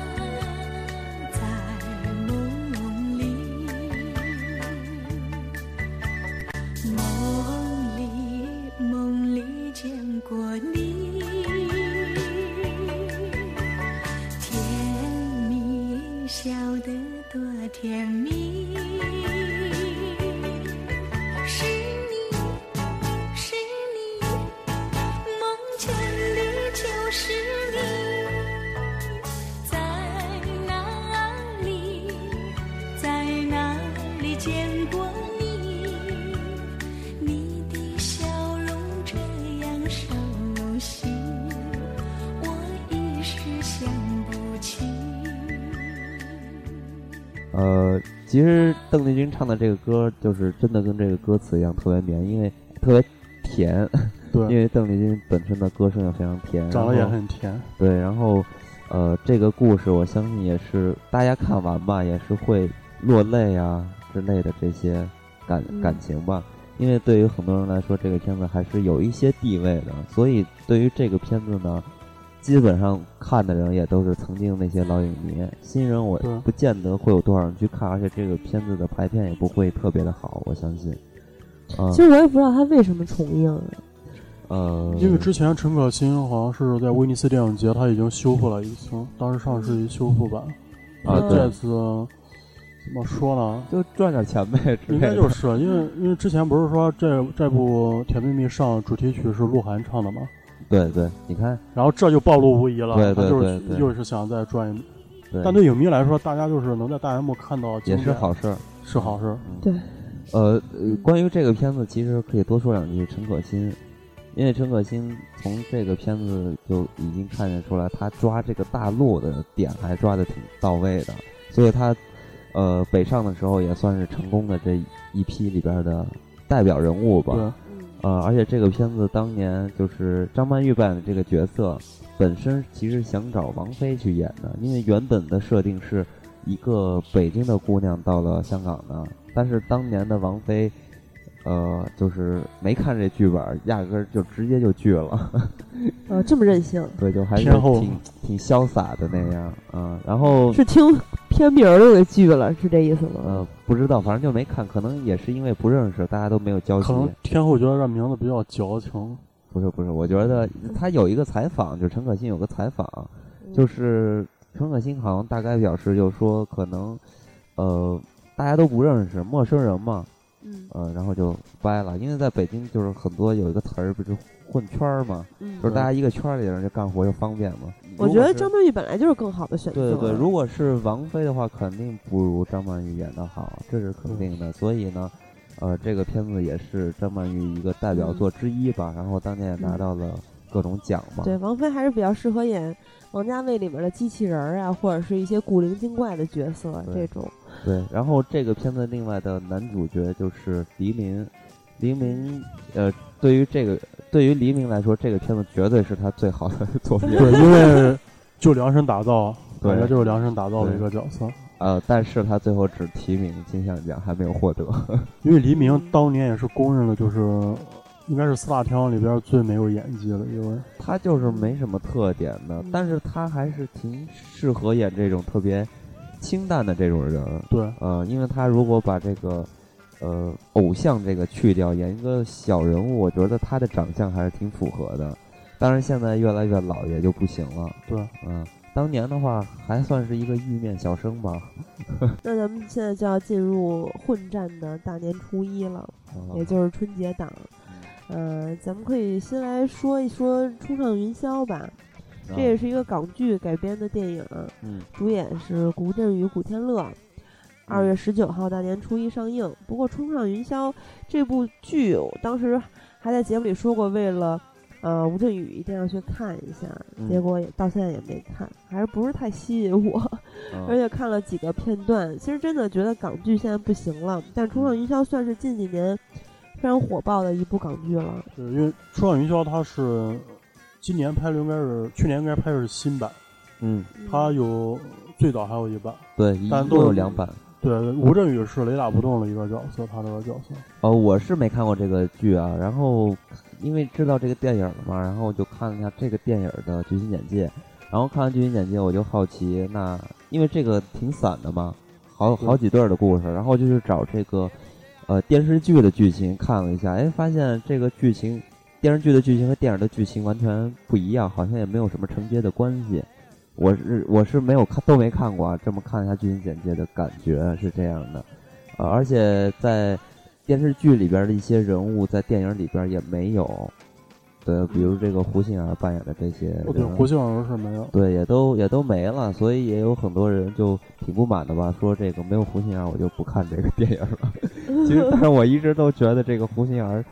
Speaker 4: 在梦里，梦里梦里见过你。甜蜜，笑得多甜蜜。是你，是你，梦见的就是你，在哪里，在哪里见过你？你的笑容这样熟悉，我一时想不起。
Speaker 1: 呃，其实邓丽君唱的这个歌，就是真的跟这个歌词一样特别绵，因为特别甜， 因
Speaker 3: 对，
Speaker 1: 为邓丽君本身的歌声也非常甜，
Speaker 3: 长得也
Speaker 1: 然后
Speaker 3: 很甜，
Speaker 1: 对，然后呃，这个故事我相信也是大家看完吧，也是会落泪啊之类的这些感
Speaker 2: 嗯
Speaker 1: 感情吧。因为对于很多人来说，这个片子还是有一些地位的，所以对于这个片子呢，基本上看的人也都是曾经那些老影迷，新人我
Speaker 3: 对
Speaker 1: 不见得会有多少人去看，而且这个片子的排片也不会特别的好，我相信。啊
Speaker 2: 其，实我也不知道他为什么重映啊，
Speaker 1: 呃，
Speaker 3: 因为之前陈可辛好像是在威尼斯电影节，他已经修复了一次，当时上市一修复版。
Speaker 1: 啊，
Speaker 2: 嗯
Speaker 3: 这
Speaker 1: 对，
Speaker 3: 次怎么说呢？
Speaker 1: 就赚点钱呗，之
Speaker 3: 应
Speaker 1: 类
Speaker 3: 该
Speaker 1: 的。
Speaker 3: 就是因为因为之前不是说这这部《甜蜜蜜》上主题曲是鹿晗唱的吗？
Speaker 1: 对对，你看，
Speaker 3: 然后这就暴露无遗了，
Speaker 1: 对对
Speaker 3: 他就
Speaker 1: 对对
Speaker 3: 是又是想再赚一。
Speaker 1: 对，
Speaker 3: 但对影迷来说，大家就是能在大荧幕看到经
Speaker 1: 也
Speaker 3: 典
Speaker 1: 是好事儿。嗯
Speaker 3: 是好事。
Speaker 2: 对，
Speaker 1: 呃，呃关于这个片子，其实可以多说两句陈可辛，因为陈可辛从这个片子就已经看得出来，他抓这个大陆的点还抓的挺到位的，所以他呃北上的时候也算是成功的这一批里边的代表人物吧。
Speaker 3: 对，
Speaker 1: 呃，而且这个片子当年就是张曼玉扮演的这个角色，本身其实想找王菲去演的，因为原本的设定是一个北京的姑娘到了香港呢，但是当年的王菲，呃，就是没看这剧本，压根儿就直接就拒了，
Speaker 2: 啊，这么任性，
Speaker 1: 对，就还是
Speaker 3: 天后
Speaker 1: 挺挺潇洒的那样，嗯、然后
Speaker 2: 是听片名儿都给拒了，是这意思吗？
Speaker 1: 呃，不知道，反正就没看，可能也是因为不认识，大家都没有交集
Speaker 3: 可。能天后觉得这名字比较矫情，
Speaker 1: 不是不是，我觉得
Speaker 3: 嗯
Speaker 1: 他有一个采访，就是陈可辛有个采访，
Speaker 2: 嗯
Speaker 1: 就是陈可辛好像大概表示，就说可能，呃，大家都不认识，陌生人嘛，
Speaker 2: 嗯
Speaker 1: 呃，然后就掰了。因为在北京，就是很多有一个词儿，不是混圈儿嘛，
Speaker 2: 嗯
Speaker 1: 就是大家一个圈儿里人就干活就方便嘛。
Speaker 2: 我觉得张曼玉本来就是更好的选择。
Speaker 1: 对对，如果是王菲的话，肯定不如张曼玉演的好，这是肯定的。所以呢，呃，这个片子也是张曼玉一个代表作之一吧。然后当年也拿到了各种奖嘛。
Speaker 2: 对王菲还是比较适合演王家卫里面的机器人儿啊，或者是一些古灵精怪的角色
Speaker 1: 对
Speaker 2: 这种。
Speaker 1: 对，然后这个片子另外的男主角就是黎明，黎明，呃，对于这个，对于黎明来说，这个片子绝对是他最好的作 品，
Speaker 3: 对，因为就量身打造，
Speaker 1: 对
Speaker 3: 感觉就是量身打造的一个角色。
Speaker 1: 呃，但是他最后只提名金像奖，还没有获得。
Speaker 3: 因为黎明当年也是公认的，就是应该是四大天王里边最没有演技的一位。
Speaker 1: 他就是没什么特点的
Speaker 2: 嗯，
Speaker 1: 但是他还是挺适合演这种特别清淡的这种人，
Speaker 3: 对，
Speaker 1: 呃，因为他如果把这个呃偶像这个去掉，演一个小人物，我觉得他的长相还是挺符合的。当然，现在越来越老也就不行了。
Speaker 3: 对，
Speaker 1: 嗯，当年的话还算是一个玉面小生吧。
Speaker 2: 那咱们现在就要进入混战的大年初一了，
Speaker 1: 嗯
Speaker 2: 也就是春节档。嗯、咱们可以先来说一说《冲上云霄》吧，这也是一个港剧改编的电影，啊
Speaker 1: 嗯
Speaker 2: 主演是古镇宇、古天乐。二月十九号大年初一上映。不过，《冲上云霄》这部剧，我当时还在节目里说过，为了呃吴镇宇一定要去看一下，
Speaker 1: 嗯
Speaker 2: 结果也到现在也没看，还是不是太吸引我。而
Speaker 1: 嗯
Speaker 2: 且看了几个片段，其实真的觉得港剧现在不行了。但《冲上云霄》算是近几年非常火爆的一部港剧了。
Speaker 3: 对，因为《冲上云霄》它是今年拍的，应该是去年应该拍的是新版，
Speaker 1: 嗯，
Speaker 3: 它有最早还有一版。
Speaker 1: 对，一
Speaker 3: 但
Speaker 1: 共
Speaker 3: 都
Speaker 1: 有
Speaker 3: 是
Speaker 1: 两版。
Speaker 3: 对，吴镇宇是雷打不动的一个角色，他这个角色。
Speaker 1: 呃，我是没看过这个剧啊，然后因为知道这个电影了嘛，然后我就看了一下这个电影的剧情简介，然后看完剧情简介，我就好奇，那因为这个挺散的嘛，好好几对儿的故事，然后就去找这个呃电视剧的剧情看了一下，哎，发现这个剧情电视剧的剧情和电影的剧情完全不一样，好像也没有什么承接的关系。我是我是没有看都没看过啊，这么看了一下剧情简介的感觉是这样的，呃，而且在电视剧里边的一些人物在电影里边也没有，对，比如这个胡杏儿扮演的这些
Speaker 3: 哦，对，
Speaker 1: 人，
Speaker 3: 胡杏儿是没有。
Speaker 1: 对，也都也都没了，所以也有很多人就挺不满的吧，说这个没有胡杏儿我就不看这个电影 了。其实，但是我一直都觉得这个胡杏儿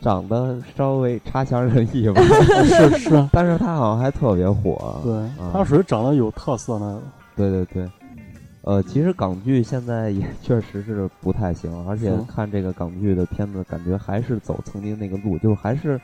Speaker 1: 长得稍微差强人意 吧，
Speaker 3: 是是，
Speaker 1: 但是她好像还特别火。
Speaker 3: 对
Speaker 1: 啊，
Speaker 3: 他属于长得有特色那种。
Speaker 1: 对对对，呃，其实港剧现在也确实是不太行，而且
Speaker 3: 是
Speaker 1: 看这个港剧的片子，感觉还是走曾经那个路，就还是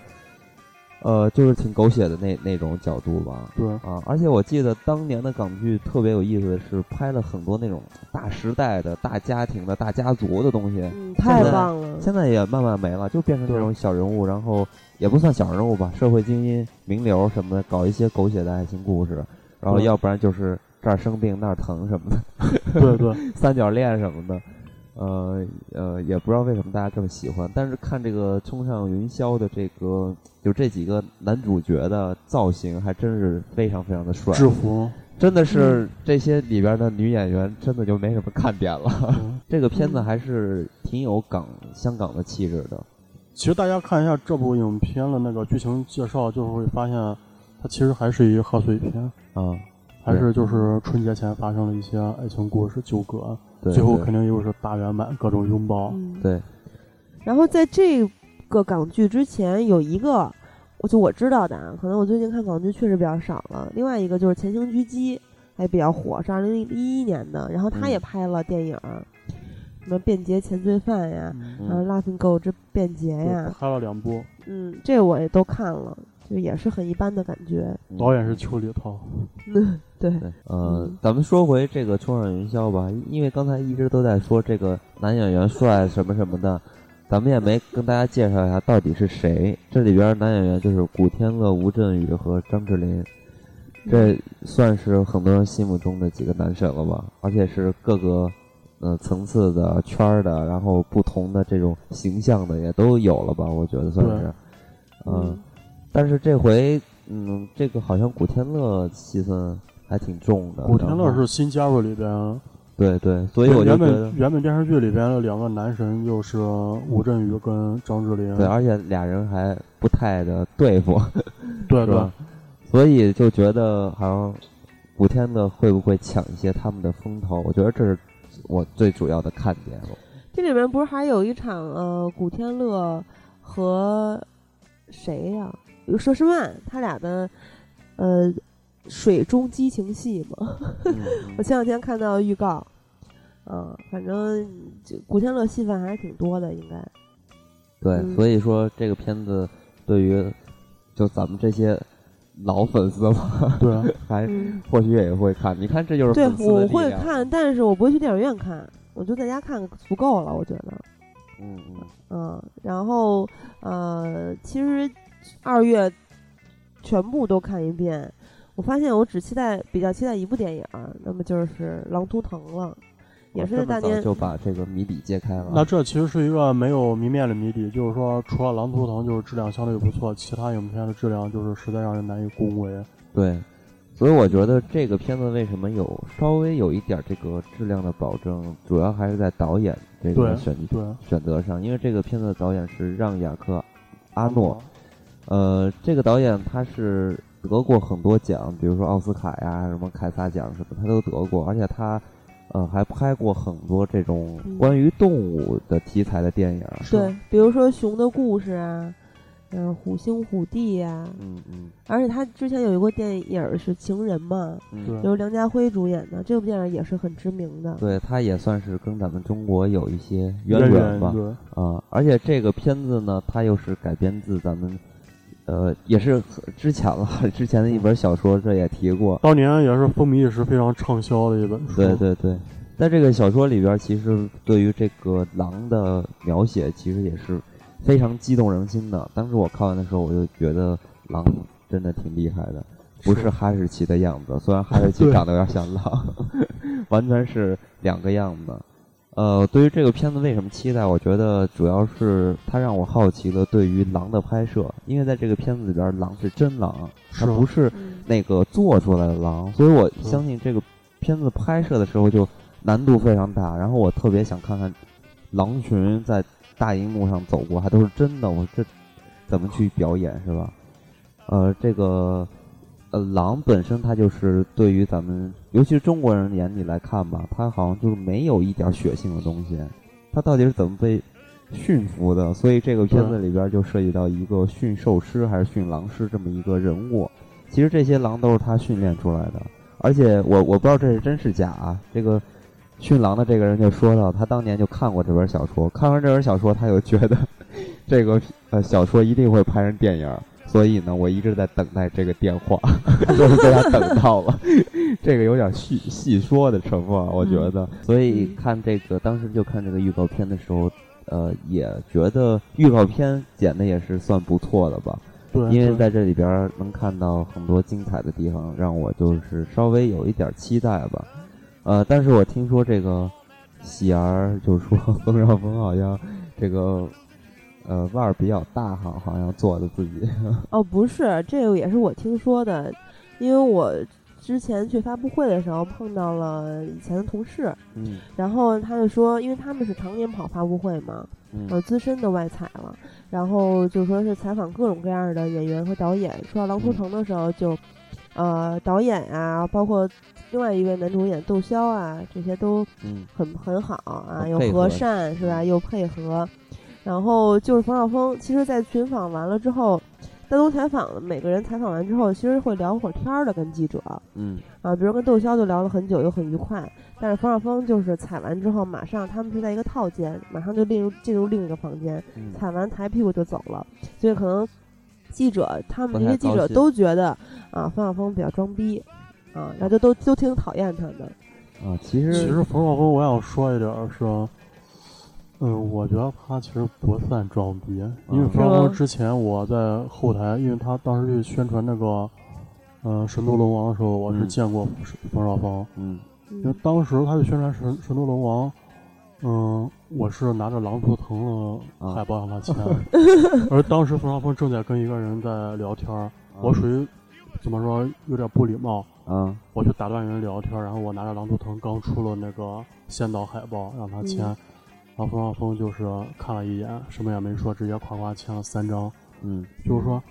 Speaker 1: 呃，就是挺狗血的那那种角度吧。
Speaker 3: 对，
Speaker 1: 啊，而且我记得当年的港剧特别有意思的是，拍了很多那种大时代的、大家庭的、大家族的东西，
Speaker 2: 嗯，太
Speaker 1: 在
Speaker 2: 棒了，
Speaker 1: 现在也慢慢没了，就变成这
Speaker 3: 嗯
Speaker 1: 种小人物，然后也不算小人物吧，社会精英、名流什么的，搞一些狗血的爱情故事，然后
Speaker 3: 嗯
Speaker 1: 要不然就是这儿生病那儿疼什么的，
Speaker 3: 对对，
Speaker 1: 三角恋什么的。呃呃，也不知道为什么大家这么喜欢，但是看这个《冲上云霄》的这个，就这几个男主角的造型，还真是非常非常的帅，
Speaker 3: 制服，嗯
Speaker 1: 真的是这些里边的女演员真的就没什么看点了。
Speaker 3: 嗯
Speaker 1: 这个片子
Speaker 2: 嗯
Speaker 1: 还是挺有港香港的气质的，
Speaker 3: 其实大家看一下这部影片的那个剧情介绍，就是会发现它其实还是一个贺岁片，
Speaker 1: 啊，
Speaker 3: 还是就是春节前发生了一些爱情故事纠葛，啊
Speaker 1: 对，
Speaker 3: 最后
Speaker 1: 对
Speaker 3: 肯定又是大圆满，各种拥抱。啊
Speaker 2: 嗯，
Speaker 1: 对。
Speaker 2: 然后在这个港剧之前有一个，我就我知道的啊，可能我最近看港剧确实比较少了。另外一个就是《前行狙击》，还比较火，是二零一一年的。然后他
Speaker 1: 嗯
Speaker 2: 也拍了电影，什么《便捷前罪犯》呀，然后《
Speaker 1: 嗯
Speaker 2: Laughing Go 之便捷》
Speaker 3: 对
Speaker 2: 哎呀，
Speaker 3: 拍了两部，
Speaker 2: 嗯，这我也都看了，就也是很一般的感觉。
Speaker 1: 嗯
Speaker 3: 导演是邱礼涛。
Speaker 2: 嗯，对，
Speaker 1: 对，呃
Speaker 2: 嗯，
Speaker 1: 咱们说回这个《冲上云霄》吧，因为刚才一直都在说这个男演员帅什么什么的，咱们也没跟大家介绍一下到底是谁。这里边男演员就是古天乐、吴镇宇和张智霖，这算是很多人心目中的几个男神了吧？而且是各个呃层次的圈儿的，然后不同的这种形象的也都有了吧？我觉得算
Speaker 3: 对
Speaker 1: 是，嗯
Speaker 2: 嗯，
Speaker 1: 但是这回，嗯，这个好像古天乐戏份还挺重的。
Speaker 3: 古天乐
Speaker 1: 然后
Speaker 3: 是新加入里边，啊
Speaker 1: 对对，所嗯哎以我就
Speaker 3: 原
Speaker 1: 觉得
Speaker 3: 本原本电视剧里边的两个男神就是吴镇宇跟张智霖，
Speaker 1: 对，啊而且俩人还不太的对付，
Speaker 3: 对
Speaker 1: 是吧
Speaker 3: 对，？
Speaker 1: 所以就觉得好像古天乐会不会抢一些他们的风头？我觉得这是我最主要的看点了。
Speaker 2: 这里面不是还有一场呃，古天乐和谁呀、有佘诗曼他俩的呃水中激情戏嘛？
Speaker 1: 嗯
Speaker 2: 我前两天看到预告，嗯、反正就古天乐戏份还是挺多的，应该。
Speaker 1: 哎对，
Speaker 2: 嗯
Speaker 1: 所以说这个片子对于就咱们这些老粉丝吧，
Speaker 3: 对，啊
Speaker 1: 还
Speaker 2: 嗯，
Speaker 1: 或许也会看。你看，这就是
Speaker 2: 对，
Speaker 1: 粉丝的
Speaker 2: 我
Speaker 1: 力
Speaker 2: 会
Speaker 1: 量。
Speaker 2: 看，但是我不会去电影院看，我就在家看足够了，我觉得。
Speaker 1: 嗯嗯，
Speaker 2: 嗯，然后呃，其实二月全部都看一遍，我发现我只期待比较期待一部电影儿，那么就是《狼图腾》了，也
Speaker 1: 我
Speaker 2: 是
Speaker 1: 这
Speaker 2: 大
Speaker 1: 么早
Speaker 2: 年
Speaker 1: 嗯就把这个谜底揭开了。
Speaker 3: 那这其实是一个没有谜面的谜底，就是说除了《狼图腾》就是质量相对不错，其他影片的质量就是实在让人难以恭维。
Speaker 1: 对，所以我觉得这个片子为什么有稍微有一点这个质量的保证，主要还是在导演这个
Speaker 3: 对
Speaker 1: 选择
Speaker 3: 对，啊
Speaker 1: 选择上，因为这个片子的导演是让雅克·阿诺，呃，这个导演他是得过很多奖，比如说奥斯卡呀、什么凯撒奖什么，他都得过，而且他。呃，还拍过很多这种
Speaker 2: 嗯
Speaker 1: 关于动物的题材的电影。
Speaker 3: 嗯
Speaker 2: 对，比如说《熊的故事》啊，嗯，《虎星虎地》呀，
Speaker 1: 嗯嗯
Speaker 2: 而且他之前有一部电影儿是《情人》嘛，
Speaker 1: 嗯，
Speaker 3: 对
Speaker 2: 由梁家辉主演的，这部电影也是很知名的。
Speaker 1: 对，他也算是跟咱们中国有一些渊
Speaker 3: 渊
Speaker 1: 源吧。
Speaker 3: 对，
Speaker 1: 啊，而且这个片子呢，它又是改编自咱们，呃，也是很之前了，之前的一本小说，这也提过。
Speaker 3: 当年也是风靡一时，非常畅销的一本书。
Speaker 1: 对对对，在这个小说里边，其实对于这个狼的描写，其实也是非常激动人心的。当时我看完的时候，我就觉得狼真的挺厉害的，不是哈士奇的样子，虽然哈士奇
Speaker 3: 对
Speaker 1: 长得有点像狼， 完全是两个样子。呃，对于这个片子为什么期待，我觉得主要是它让我好奇了对于狼的拍摄，因为在这个片子里边，狼是真狼，它
Speaker 3: 是
Speaker 1: 啊不是
Speaker 2: 嗯
Speaker 1: 那个做出来的狼，所以我
Speaker 3: 嗯
Speaker 1: 相信这个片子拍摄的时候就难度非常大。然后我特别想看看狼群在大荧幕上走过，还都是真的，我这怎么去表演是吧？呃，这个呃，狼本身它就是对于咱们，尤其是中国人眼里来看吧，它好像就是没有一点血性的东西，它到底是怎么被驯服的？所以这个片子里边就涉及到一个驯兽师还是驯狼师这么一个人物。其实这些狼都是他训练出来的，而且我我不知道这是真是假啊。这个驯狼的这个人就说到，他当年就看过这本小说，看完这本小说，他就觉得这个呃小说一定会拍成电影儿，所以呢，我一直在等待这个电话， 终于被他等到了。 这个有点细细说的沉默，我觉得。所以看这个，当时就看这个预告片的时候，呃，也觉得预告片剪的也是算不错的吧。
Speaker 3: 对，
Speaker 1: 因为
Speaker 3: 对
Speaker 1: 在这里边儿能看到很多精彩的地方，让我就是稍微有一点儿期待吧。呃，但是我听说这个喜儿就说 冯绍峰好像这个呃腕儿比较大哈，好像做的自己
Speaker 2: 哦，不是，这个也是我听说的，因为我之前去发布会的时候碰到了以前的同事，
Speaker 1: 嗯
Speaker 2: 然后他就说，因为他们是常年跑发布会嘛，呃，
Speaker 1: 嗯
Speaker 2: 资深的外采了，然后就说是采访各种各样的演员和导演。说到狼图腾的时候就，呃，导演啊，包括另外一位男主演窦骁啊，这些都
Speaker 1: 嗯
Speaker 2: 很很好啊，
Speaker 1: 很
Speaker 2: 又
Speaker 1: 配
Speaker 2: 和
Speaker 1: 合嗯
Speaker 2: 善是吧？又配合，然后就是冯绍峰，其实，在群访完了之后，单独采访每个人采访完之后，其实会聊会儿天儿的，跟记者
Speaker 1: 嗯
Speaker 2: 啊，比如跟窦骁就聊了很久，又很愉快。但是冯绍峰就是采完之后，马上他们是在一个套间，马上就进入进入另一个房间，
Speaker 1: 嗯，
Speaker 2: 踩完抬屁股就走了，所以可能记者他
Speaker 1: 不
Speaker 2: 们这
Speaker 1: 太
Speaker 2: 些记
Speaker 1: 高
Speaker 2: 者
Speaker 1: 兴
Speaker 2: 都觉得啊，冯小峰比较装逼啊，然后就都都挺讨厌他的。
Speaker 1: 啊，其
Speaker 3: 其
Speaker 1: 实
Speaker 3: 实冯绍峰，我想说一点儿是，嗯，我觉得他其实不算装逼，因为
Speaker 1: 嗯
Speaker 3: 冯绍
Speaker 2: 是
Speaker 3: 峰
Speaker 2: 吗
Speaker 3: 之前我在后台，因为他当时去宣传那个，呃，神都龙王的时候，我是
Speaker 1: 嗯
Speaker 3: 见过冯绍峰，
Speaker 1: 嗯
Speaker 3: 因为当时他去宣传神神都龙王。嗯，我是拿着狼图腾
Speaker 1: 啊
Speaker 3: 的海报让 他签，而当时冯绍峰正在跟一个人在聊天儿，
Speaker 1: 嗯
Speaker 3: 我属于怎么说有点不礼貌，
Speaker 1: 啊
Speaker 3: 我就打断人聊天，然后我拿着狼图腾刚出了那个先导海报让他签，
Speaker 2: 嗯
Speaker 3: 然后冯绍峰就是看了一眼，什么也没说，直接夸夸签了三张。
Speaker 1: 嗯，
Speaker 3: 就是说，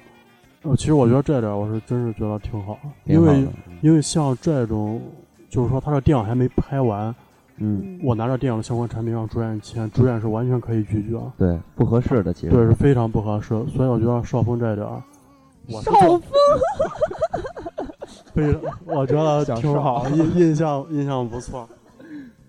Speaker 3: 呃，其实我觉得这点我是真是觉得挺好，
Speaker 1: 挺
Speaker 3: 因
Speaker 1: 好的
Speaker 3: 为因为像这种，就是说他的电影还没拍完，
Speaker 1: 嗯
Speaker 3: 我拿着电影的相关产品让主演签，主演是完全可以拒绝，
Speaker 1: 对不合适的其实
Speaker 3: 对，是非常不合适。所以我觉得邵峰这点儿，我是
Speaker 2: 少妇
Speaker 3: 非 常，我觉得
Speaker 1: 想
Speaker 3: 挺
Speaker 1: 少
Speaker 3: 好，印印象印象不错。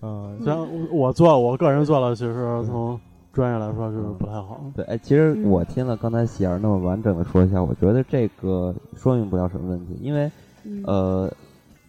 Speaker 1: 嗯
Speaker 3: 虽然我我做我个人做了，其实从专业来说就是不太好。
Speaker 1: 对，哎，其实
Speaker 2: 嗯
Speaker 1: 我听了刚才喜儿那么完整的说一下，我觉得这个说明不了什么问题，因为
Speaker 2: 嗯
Speaker 1: 呃，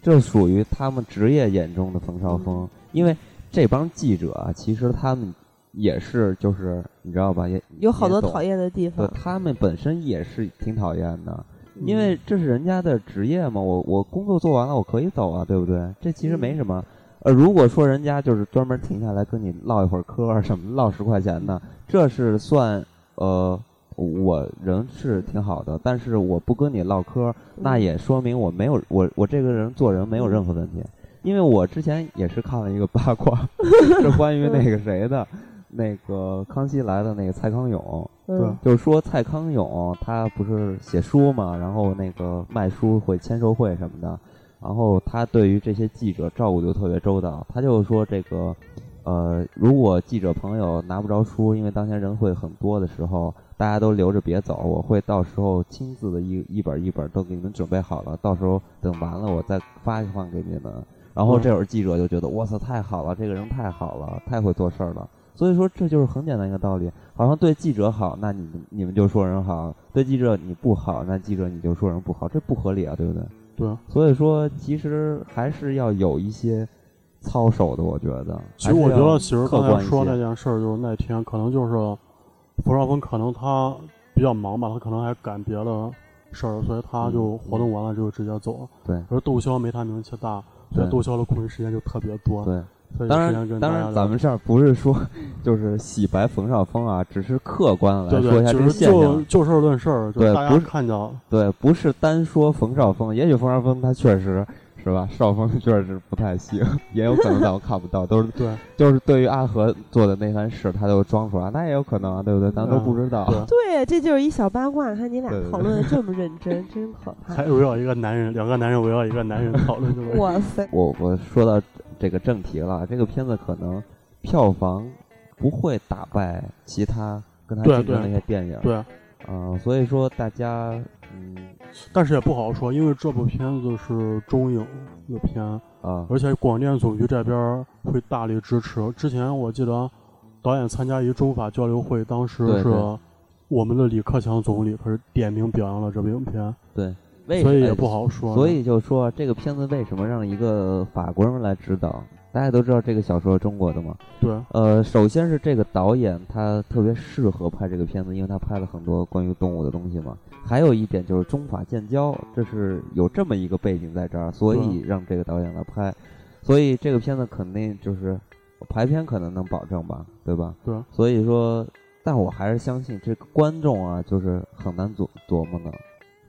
Speaker 1: 这属于他们职业眼中的冯绍峰，因为这帮记者啊，其实他们也是就是你知道吧，也
Speaker 2: 有好多
Speaker 1: 也懂
Speaker 2: 讨厌的
Speaker 1: 对
Speaker 2: 地方，
Speaker 1: 他们本身也是挺讨厌的，
Speaker 3: 嗯
Speaker 1: 因为这是人家的职业嘛，我我工作做完了，我可以走啊，对不对？这其实没什么。呃，如果说人家就是专门停下来跟你唠一会儿嗑儿什么，唠十块钱的，这是算呃，我人是挺好的，但是我不跟你唠嗑儿，那
Speaker 2: 嗯
Speaker 1: 也说明我没有我我这个人做人没有任何问题。因为我之前也是看了一个八卦， 是关于那个谁的，那个《康熙来了》那个蔡康永，
Speaker 2: 嗯
Speaker 1: 就是说蔡康永他不是写书嘛，然后那个卖书会签售会什么的，然后他对于这些记者照顾就特别周到，他就说这个，呃，如果记者朋友拿不着书，因为当天人会很多的时候，大家都留着别走，我会到时候亲自的一一本一本都给你们准备好了，到时候等完了我再发一放给你们。然后
Speaker 3: 嗯
Speaker 1: 这会儿记者就觉得，我操，太好了，这个人太好了，太会做事儿了。所以说这就是很简单一个道理，好像对记者好，那你们你们就说人好；对记者你不好，那记者你就说人不好，这不合理啊，对不对？
Speaker 3: 嗯对，
Speaker 1: 所以说，其实还是要有一些操守的，我觉得。
Speaker 3: 其实我觉得，
Speaker 1: 还
Speaker 3: 其
Speaker 1: 是
Speaker 3: 实
Speaker 1: 要
Speaker 3: 刚
Speaker 1: 客观一
Speaker 3: 才
Speaker 1: 些
Speaker 3: 说那件事儿，就是那天可能就是冯绍峰，可能他比较忙吧，他可能还赶别的事儿，所以他
Speaker 1: 嗯
Speaker 3: 就活动完了就直接走了。
Speaker 1: 对
Speaker 3: 而窦骁没他名气大，所以
Speaker 1: 对
Speaker 3: 窦骁的空余时间就特别多。
Speaker 1: 对，
Speaker 3: 所以有
Speaker 1: 当
Speaker 3: 时间
Speaker 1: 然
Speaker 3: 跟
Speaker 1: 当
Speaker 3: 大家
Speaker 1: 然，
Speaker 3: 聊
Speaker 1: 咱们这儿不是说就是洗白冯绍峰啊，只是客观地
Speaker 3: 对
Speaker 1: 来说一下这
Speaker 3: 对，就
Speaker 1: 个
Speaker 3: 是
Speaker 1: 现
Speaker 3: 就
Speaker 1: 象，
Speaker 3: 就事儿论事儿，就是
Speaker 1: 对
Speaker 3: 大
Speaker 1: 不
Speaker 3: 家
Speaker 1: 是
Speaker 3: 看到
Speaker 1: 对，不是单说冯绍峰，也许冯绍峰他确实。是吧？绍峰确实不太行， 也有可能咱们看不到，都是
Speaker 3: 对
Speaker 1: 就是对于阿和做的那番事，他都装出来，那也有可能啊，对不对？咱都
Speaker 3: 嗯
Speaker 1: 不知道。
Speaker 3: 对，
Speaker 2: 对，这就是一小八卦。看你俩
Speaker 1: 对对对
Speaker 2: 讨论的这么认真，真可怕
Speaker 3: 还！围绕一个男人，两个男人围绕一个男人讨论这个。
Speaker 2: 哇 塞，
Speaker 1: 我我说到这个正题了，这个片子可能票房不会打败其他跟他
Speaker 3: 对
Speaker 1: 竞争的
Speaker 3: 对
Speaker 1: 一些电影，
Speaker 3: 对，
Speaker 1: 嗯、所以说大家，嗯
Speaker 3: 但是也不好说，因为这部片子是中影的片，
Speaker 1: 啊，
Speaker 3: 而且广电总局这边儿会大力支持。之前我记得导演参加一中法交流会，当时
Speaker 1: 对
Speaker 3: 是
Speaker 1: 对
Speaker 3: 我们的李克强总理可是点名表扬了这部影片，
Speaker 1: 为
Speaker 3: 所以也
Speaker 1: 哎
Speaker 3: 不好说。
Speaker 1: 所以就说这个片子为什么让一个法国人来指导？大家都知道这个小说是中国的嘛。
Speaker 3: 对，
Speaker 1: 呃，首先是这个导演他特别适合拍这个片子，因为他拍了很多关于动物的东西嘛。还有一点就是中法建交，这是有这么一个背景在这儿，所以让这个导演来拍。所以这个片子肯定就是排片可能能保证吧，对吧？
Speaker 3: 对。啊
Speaker 1: 所以说，但我还是相信这个观众啊，就是很难琢琢磨的。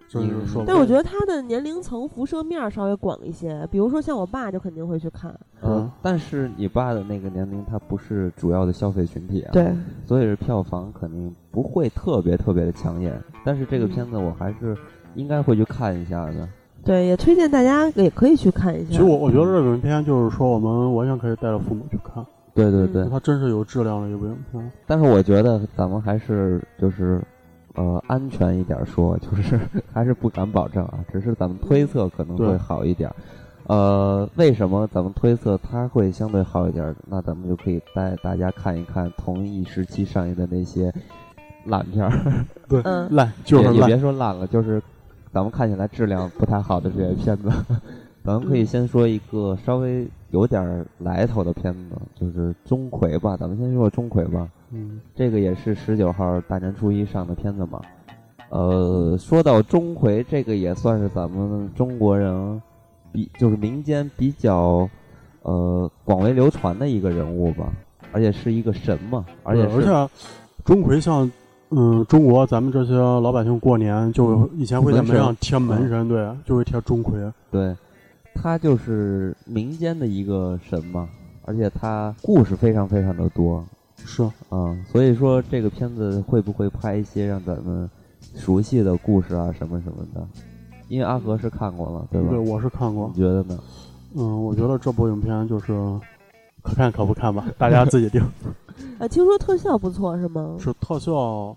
Speaker 3: 真是说不
Speaker 2: 但我觉得他的年龄层辐射面儿稍微广一些，比如说像我爸就肯定会去看，
Speaker 1: 嗯
Speaker 3: 嗯，
Speaker 1: 但是你爸的那个年龄，他不是主要的消费群体啊，，
Speaker 2: 对，
Speaker 1: 所以是票房肯定不会特别特别的抢眼。但是这个
Speaker 2: 嗯
Speaker 1: 片子我还是应该会去看一下的。
Speaker 2: 对，也推荐大家也可以去看一下。
Speaker 3: 其实我我觉得这部影片就是说，我们完全可以带着父母去看，
Speaker 1: 对对对，
Speaker 3: 它真是有质量的一部影片。
Speaker 1: 但是我觉得咱们还是就是，呃，安全一点说，就是 还是不敢保证啊，只是咱们推测可能会
Speaker 3: 对
Speaker 1: 好一点儿。呃，为什么咱们推测它会相对好一点儿？那咱们就可以带大家看一看同一时期上映的那些烂片儿。
Speaker 3: 对
Speaker 2: 嗯
Speaker 3: 烂就是
Speaker 1: 也也
Speaker 3: 烂，
Speaker 1: 别说烂了，就是咱们看起来质量不太好的这些片子， 咱们可以
Speaker 2: 嗯
Speaker 1: 先说一个稍微有点儿来头的片子，就是《钟馗》吧。咱们先说《钟馗》吧，
Speaker 3: 嗯，
Speaker 1: 这个也是十九号大年初一上的片子嘛。呃，说到钟馗，这个也算是咱们中国人比就是民间比较呃广为流传的一个人物吧，而且是一个神嘛，而且
Speaker 3: 对而
Speaker 1: 是
Speaker 3: 且钟馗像。嗯，中国咱们这些老百姓过年
Speaker 1: 嗯
Speaker 3: 就以前会在门上贴门神，对，就会贴钟馗。
Speaker 1: 对，他就是民间的一个神嘛，而且他故事非常非常的多
Speaker 3: 是，
Speaker 1: 啊、嗯所以说这个片子会不会拍一些让咱们熟悉的故事啊什么什么的？因为阿和是看过了，对吧？
Speaker 3: 对，我是看过
Speaker 1: 你。觉得呢？
Speaker 3: 嗯，我觉得这部影片就是可看可不看吧， 大家自己定。
Speaker 2: 啊，听说特效不错是吗？
Speaker 3: 是特效，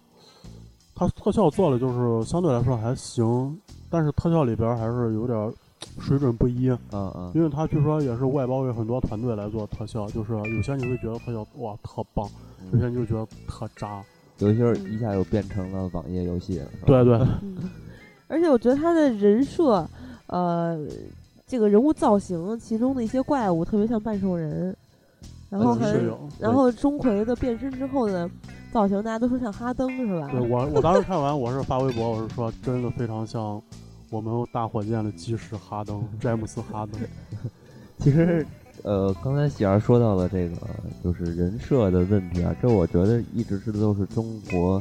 Speaker 3: 它特效做的就是相对来说还行，但是特效里边儿还是有点儿水准不一，
Speaker 1: 嗯嗯
Speaker 3: 因为它据说也是外包给很多团队来做特效，就是有些你会觉得特效哇特棒，有些
Speaker 1: 嗯，
Speaker 3: 你就觉得特渣。
Speaker 1: 有些人一下又变成了网页游戏了，是吧
Speaker 3: 对 对，
Speaker 2: 嗯，而且我觉得他的人设，呃，这个人物造型，其中的一些怪物特别像半兽人，然后
Speaker 1: 嗯
Speaker 2: 还
Speaker 1: 是
Speaker 3: 是有。
Speaker 2: 然后钟馗的变身之后的造型，大家都说像哈登是吧？
Speaker 3: 对我我当时看完，我是发微博，我是说真的非常像我们大火箭的基石哈登，詹姆斯哈 登。
Speaker 1: 其实，呃，刚才喜儿说到了这个就是人设的问题啊，这我觉得一直是都是中国，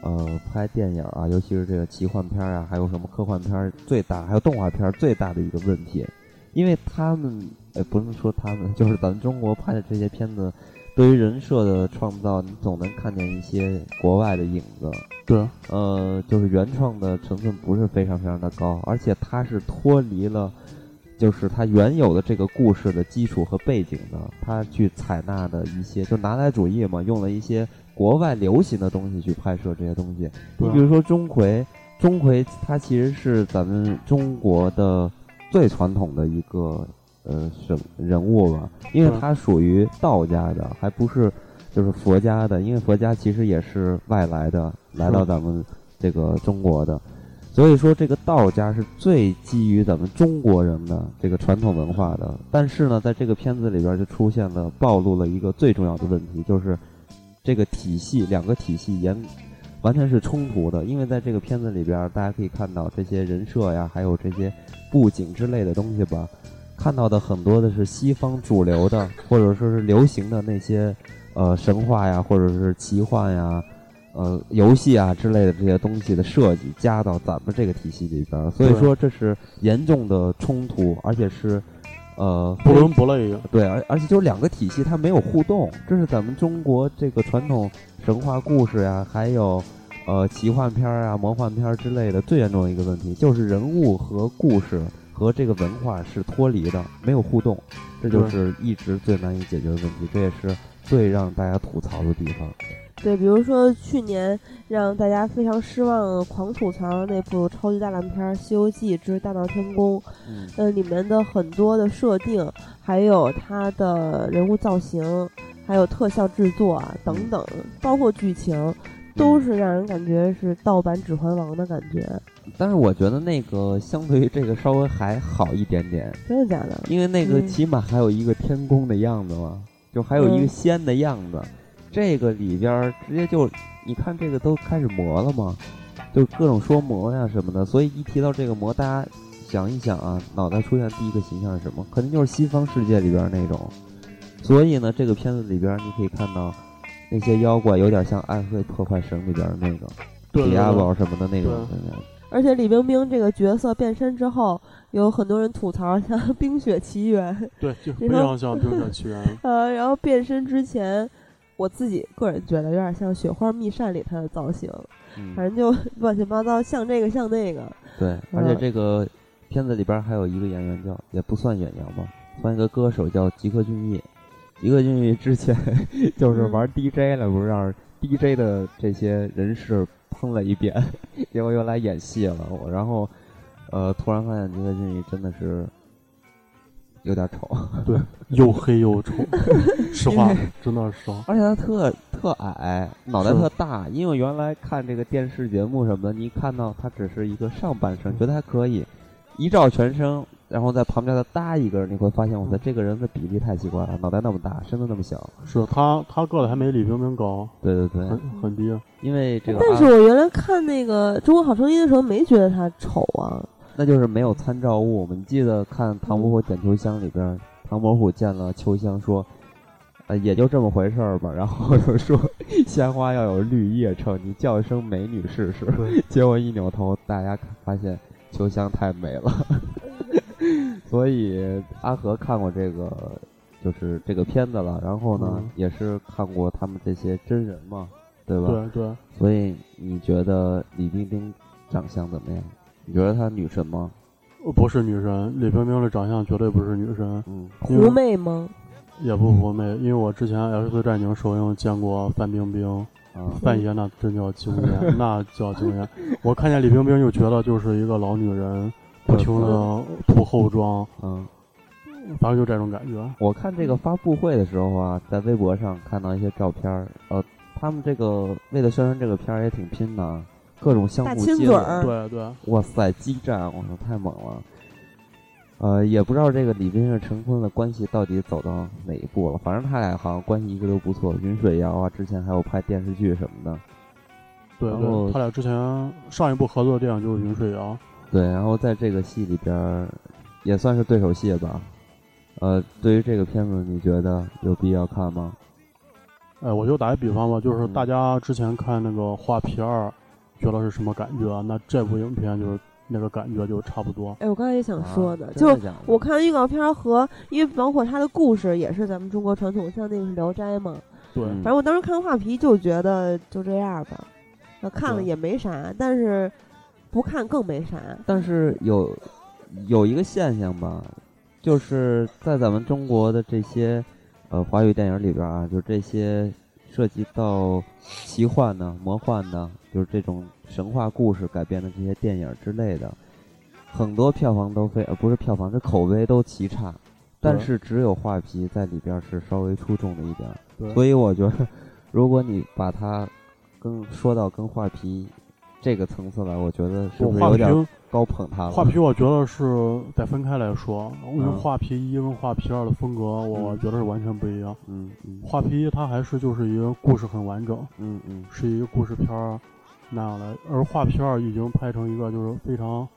Speaker 1: 呃，拍电影啊，尤其是这个奇幻片儿啊，还有什么科幻片儿最大，还有动画片儿最大的一个问题，因为他们，呃，不是说他们， 就是咱们中国拍的这些片子。对于人设的创造，你总能看见一些国外的影子，
Speaker 3: 对，
Speaker 1: 呃，就是原创的成分不是非常非常的高，而且它是脱离了，就是它原有的这个故事的基础和背景的，它去采纳的一些就拿来主义嘛，用了一些国外流行的东西去拍摄这些东西。你
Speaker 3: 对啊
Speaker 1: 比如说钟馗，钟馗它其实是咱们中国的最传统的一个呃神人物吧，因为
Speaker 3: 嗯
Speaker 1: 它属于道家的，还不是就是佛家的，因为佛家其实也是外来的，来到咱们这个中国的。所以说，这个道家是最基于咱们中国人的这个传统文化的。但是呢，在这个片子里边就出现了暴露了一个最重要的问题，就是这个体系两个体系严完全是冲突的。因为在这个片子里边，大家可以看到这些人设呀，还有这些布景之类的东西吧，看到的很多的是西方主流的， 或者说是流行的那些呃神话呀，或者是奇幻呀。呃，游戏啊之类的这些东西的设计加到咱们这个体系里边儿，所以
Speaker 3: 对
Speaker 1: 说这是严重的冲突，而且是呃
Speaker 3: 不伦不类。
Speaker 1: 对，而而且就是两个体系，它没有互动，这是咱们中国这个传统神话故事呀，还有呃奇幻片儿啊、魔幻片儿之类的最严重的一个问题，就是人物和故事和这个文化是脱离的，没有互动，这就
Speaker 3: 对
Speaker 1: 是一直最难以解决的问题，这也是最让大家吐槽的地方。
Speaker 2: 对，比如说去年让大家非常失望、狂吐槽那部超级大烂片儿《西游记之大闹天宫》，
Speaker 1: 嗯，
Speaker 2: 呃，里面的很多的设定，还有它的人物造型，还有特效制作啊等等，包括剧情，都
Speaker 1: 嗯
Speaker 2: 是让人感觉是盗版《指环王》的感觉，
Speaker 1: 但是我觉得那个相对于这个稍微还好一点点，
Speaker 2: 真的假的？
Speaker 1: 因为那个
Speaker 2: 嗯
Speaker 1: 起码还有一个天宫的样子嘛，就还有一个
Speaker 2: 嗯
Speaker 1: 仙的样子。这个里边儿直接就，你看这个都开始魔了嘛，就各种说魔呀什么的。所以一提到这个魔，大家想一想啊，脑袋出现第一个形象是什么？肯定就是西方世界里边儿那种。所以呢，这个片子里边儿你可以看到那些妖怪有点像《暗黑破坏神》里边儿那个
Speaker 3: 对
Speaker 1: 迪
Speaker 3: 对
Speaker 1: 亚
Speaker 3: 对
Speaker 1: 宝什么的那种。
Speaker 3: 对
Speaker 2: 而且李冰冰这个角色变身之后，有很多人吐槽像《冰雪奇缘》，
Speaker 3: 对，就
Speaker 2: 你
Speaker 3: 非
Speaker 2: 说
Speaker 3: 常像《冰雪 奇缘》
Speaker 2: 呃，然后变身之前，我自己个人觉得有点像《雪花秘扇》里她的造型，
Speaker 1: 嗯
Speaker 2: 反正就 乱七八糟，像这个像那个。
Speaker 1: 对，而且这个片子里边还有一个演员叫，也不算演员吧，算一个歌手叫吉克隽逸。吉克隽逸之前 就是玩 DJ 了，不是让 DJ 的这些人士喷了一遍， 结果又来演戏了。我然后，呃，突然发现吉克隽逸真的是有点丑，
Speaker 3: 又 黑又丑，实话
Speaker 1: 因，
Speaker 3: 真的是实话。
Speaker 1: 而且他特特矮，脑袋
Speaker 3: 是
Speaker 1: 特大。因为原来看这个电视节目什么的，你一看到他只是一个上半身，觉得还可以，一照全身，然后在旁边再搭一个，你会发现，我的这个人的比例太奇怪了，脑袋那么大，身子那么小。
Speaker 3: 是他，他个子还没李冰冰高，
Speaker 1: 对对对，
Speaker 3: 很很低。
Speaker 1: 因为这个
Speaker 2: 但是
Speaker 1: 啊
Speaker 2: 我原来看那个《中国好声音》的时候，没觉得她丑啊。
Speaker 1: 那就是没有参照物。我们记得看《唐伯虎点秋香》里边，唐伯虎见了秋香说。呃，也就这么回事儿吧。然后就说，鲜花要有绿叶衬，你叫一声美女试试。
Speaker 3: 对，
Speaker 1: 结果一扭头，大家看发现秋香太美了，所以阿和看过这个，就是这个片子了。然后呢，
Speaker 3: 嗯
Speaker 1: 也是看过他们这些真人嘛，对吧？
Speaker 3: 对对，
Speaker 1: 所以你觉得李冰冰长相怎么样？你觉得她女神吗？
Speaker 3: 呃不是女神，李冰冰的长相绝对不是女神，
Speaker 1: 嗯，
Speaker 3: 因为
Speaker 2: 狐媚吗？
Speaker 3: 也不妩媚。因为我之前《X 四战警》首映见过范冰冰，
Speaker 1: 啊，
Speaker 3: 范爷那真叫惊 艳，那叫惊艳。我看见李冰冰就觉得就是一个老女人，不停的涂后妆，
Speaker 1: 嗯，
Speaker 3: 反正就这种感觉。
Speaker 1: 我看这个发布会的时候啊，在微博上看到一些照片儿，呃，他们这个为了宣传这个片儿也挺拼的啊，各种项
Speaker 2: 大
Speaker 1: 目
Speaker 2: 亲
Speaker 1: 接
Speaker 2: 嘴
Speaker 1: 吻
Speaker 2: 儿
Speaker 3: 对对，
Speaker 1: 哇塞，激战！我操，太猛了。呃，也不知道这个李斌和陈坤的关系到底走到哪一步了，反正他俩好像关系一直都不错。云水谣啊，之前还有拍电视剧什么的，
Speaker 3: 对
Speaker 1: 然后
Speaker 3: 对，他俩之前上一部合作的电影就是《云水谣》，
Speaker 1: 对。然后在这个戏里边儿，也算是对手戏吧。呃，对于这个片子，你觉得有必要看吗？
Speaker 3: 哎，我就打个比方吧，就是
Speaker 1: 嗯
Speaker 3: 大家之前看那个《画皮二》，觉得是什么感觉啊？那这部影片就是那个感觉就差不多。
Speaker 2: 哎，我刚才也想说呢，
Speaker 1: 啊
Speaker 2: 就
Speaker 1: 真的假的
Speaker 2: 我看预告片儿和，因为包括他的故事也是咱们中国传统，像那个是《聊斋》嘛。
Speaker 3: 对，
Speaker 1: 嗯
Speaker 2: 反正我当时看画皮就觉得就这样吧，那看了
Speaker 3: 对
Speaker 2: 也没啥，但是不看更没啥。
Speaker 1: 但是有有一个现象吧，就是在咱们中国的这些呃华语电影里边啊，就是这些涉及到奇幻呢、魔幻呢，就是这种神话故事改编的这些电影之类的，很多票房都非呃不是票房，是口碑都奇差。但是只有画皮在里边是稍微出众了一点儿，
Speaker 3: 对
Speaker 1: 所以我觉得，如果你把它跟说到跟画皮这个层次来，我觉得是不
Speaker 3: 我
Speaker 1: 是
Speaker 3: 画
Speaker 1: 有点
Speaker 3: 皮，
Speaker 1: 高捧他了。
Speaker 3: 画皮，我觉得是得分开来说，因为
Speaker 1: 嗯
Speaker 3: 画皮一跟画皮二的风格，我我觉得是完全不一样。
Speaker 1: 嗯嗯
Speaker 3: 画皮一它还是就是一个故事很完整，
Speaker 1: 嗯嗯
Speaker 3: 是一个故事片儿那样的，而画片儿已经拍成一个就是非常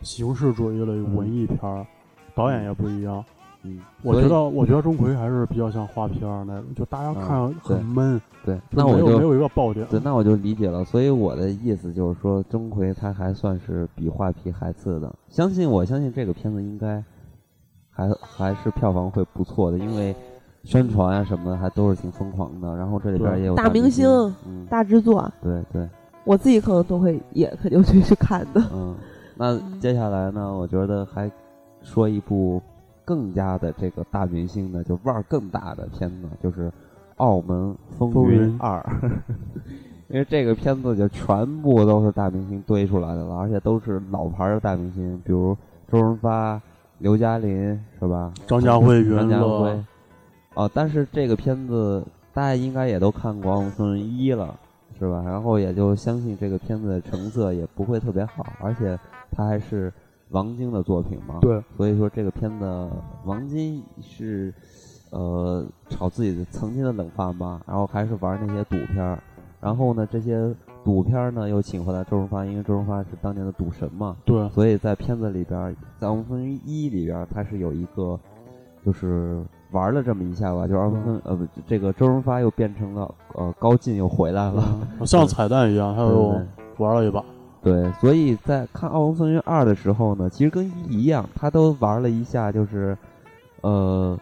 Speaker 3: 形式主义的文艺片儿，导演也不一样。
Speaker 1: 嗯，
Speaker 3: 我
Speaker 1: 所
Speaker 3: 觉
Speaker 1: 以
Speaker 3: 得，我觉得钟馗还是比较像画片儿那种，就大家看
Speaker 1: 啊
Speaker 3: 着很闷，
Speaker 1: 对，
Speaker 3: 就
Speaker 1: 那我
Speaker 3: 没有没
Speaker 1: 就
Speaker 3: 有一个爆点。
Speaker 1: 对，那我就理解了。所以我的意思就是说，钟馗他还算是比画皮还次的，相信我相信这个片子应该还还是票房会不错的，因为宣传啊什么的还都是挺疯狂的。然后这里边
Speaker 3: 对
Speaker 1: 也有
Speaker 2: 大
Speaker 1: 大
Speaker 2: 明星
Speaker 1: 嗯，
Speaker 2: 大制作，啊
Speaker 1: 对对，
Speaker 2: 我自己可能都会也肯定会去看 的。
Speaker 1: 嗯。那
Speaker 2: 嗯
Speaker 1: 接下来呢，我觉得还说一部更加的这个大明星的，就腕儿更大的片子，就是《澳门风
Speaker 3: 风
Speaker 1: 云
Speaker 3: 云
Speaker 1: 二》， 因为这个片子就全部都是大明星堆出来的了，而且都是老牌儿的大明星，比如周润发、刘嘉玲，是吧？
Speaker 3: 张家辉、余
Speaker 1: 张
Speaker 3: 文
Speaker 1: 家
Speaker 3: 乐
Speaker 1: 辉，。哦，但是这个片子大家应该也都看过《澳门风云一》了，是吧？然后也就相信这个片子的成色也不会特别好，而且它还是王晶的作品嘛，
Speaker 3: 对，
Speaker 1: 所以说这个片子王晶是呃炒自己的曾经的冷饭吧，然后还是玩那些赌片儿，然后呢这些赌片儿呢又请回来周润发，因为周润发是当年的赌神嘛，
Speaker 3: 对，
Speaker 1: 所以在片子里边儿，在《二分一》里边儿，他是有一个就是玩了这么一下吧，就是二分呃不，这个周润发又变成了呃高进又回来了，
Speaker 3: 嗯哦像彩蛋一样，他又
Speaker 1: 对
Speaker 3: 玩了一把。
Speaker 1: 对，所以在看《奥文风云二》的时候呢，其实跟一一样，他都玩了一下，就是，呃，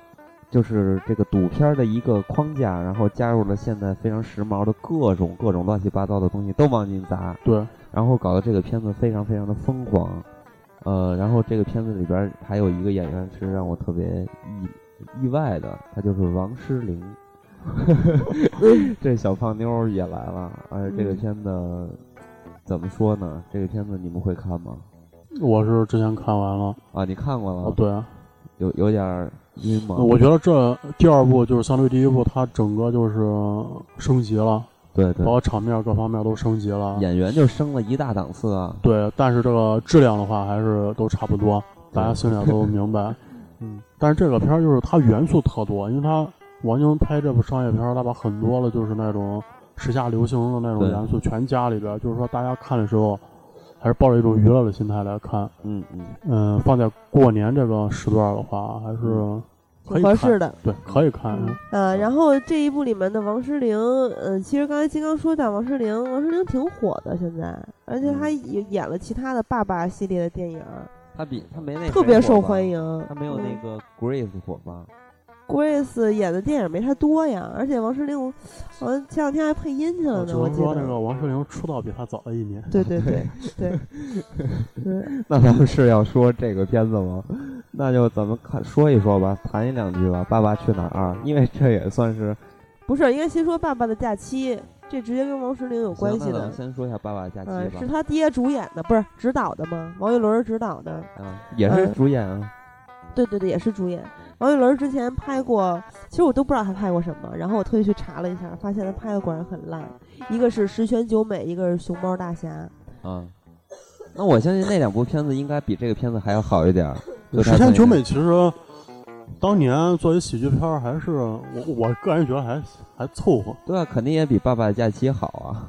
Speaker 1: 就是这个赌片儿的一个框架，然后加入了现在非常时髦的各种各种乱七八糟的东西都往进砸，
Speaker 3: 对，
Speaker 1: 然后搞得这个片子非常非常的疯狂，呃，然后这个片子里边儿还有一个演员是让我特别意意外的，他就是王诗龄， 这小胖妞儿也来了，而且这个
Speaker 2: 嗯
Speaker 1: 片子怎么说呢？这个片子你们会看吗？
Speaker 3: 我是之前看完了。
Speaker 1: 啊，你看过了，
Speaker 3: 啊，对，哦
Speaker 1: 有有点儿晕吗？
Speaker 3: 我觉得这第二部就是相对第一部，它整个就是升级了，
Speaker 1: 对对
Speaker 3: 包，括场面各方面都升级了。
Speaker 1: 演员就升了一大档次啊，
Speaker 3: 对，但是这个质量的话还是都差不多，大家心里都明 白。嗯，但是这个片儿就是它元素特多，因为它王晶拍这部商业片儿，他把很多的就是那种时下流行的那种
Speaker 1: 对
Speaker 3: 元素全加里边儿，就是说大家看的时候还是抱着一种娱乐的心态来看。
Speaker 1: 嗯嗯，
Speaker 3: 嗯，放在过年这个时段儿的话，还是
Speaker 1: 嗯
Speaker 3: 可
Speaker 2: 挺
Speaker 3: 以
Speaker 2: 合
Speaker 3: 看，
Speaker 2: 适
Speaker 1: 啊
Speaker 2: 的。
Speaker 3: 对，可以看。啊
Speaker 2: 嗯呃，然后这一部里面的王诗龄，呃，其实刚才金刚说到王诗龄，王诗龄挺火的现在，而
Speaker 1: 嗯
Speaker 2: 且她也演了其他的爸爸系列的电影，
Speaker 1: 他比他没那
Speaker 2: 特
Speaker 1: 谁
Speaker 2: 别
Speaker 1: 火
Speaker 2: 受
Speaker 1: 吧
Speaker 2: 欢。迎。嗯
Speaker 1: 他没有那个 Grace 火吧？
Speaker 2: Grace 演的电影没她多呀，而且王诗龄我好像前两天还配音去了
Speaker 3: 我只
Speaker 1: 哦
Speaker 2: 嗯呢，我
Speaker 3: 能
Speaker 2: 记
Speaker 3: 说那个
Speaker 2: 得。
Speaker 3: 王诗龄出道比他早了一年。
Speaker 2: 对对 对对，对，
Speaker 1: 那咱们是要说这个片子吗？那就咱们看说一说吧，谈一两句吧，《爸爸去哪儿二》，因为这也算是
Speaker 2: 不是应该先说《爸爸的假期》，这直接跟王诗龄有关系
Speaker 1: 行那咱
Speaker 2: 的
Speaker 1: 们。先说一下《爸爸假期
Speaker 2: 嗯，》
Speaker 1: 吧，
Speaker 2: 是他爹主演的，不是指导的吗？王一伦指导的。
Speaker 1: 啊，也是
Speaker 2: 嗯
Speaker 1: 主演啊，
Speaker 2: 对对对，也是主
Speaker 3: 嗯
Speaker 2: 演。王一伦之前拍过，其实我都不知道他拍过什么，然后我特意去查了一下，发现他拍的果然很烂，一个是《十全九美》，一个是《熊猫大侠》。
Speaker 1: 啊。那我相信那两部片子应该比这个片子还要好一点儿。就它
Speaker 3: 十全
Speaker 1: 本
Speaker 3: 九美
Speaker 1: 身，
Speaker 3: 其实当年作为喜剧片儿，还是我我个人觉得还还凑合。
Speaker 1: 对啊，肯定也比《爸爸假期》好啊。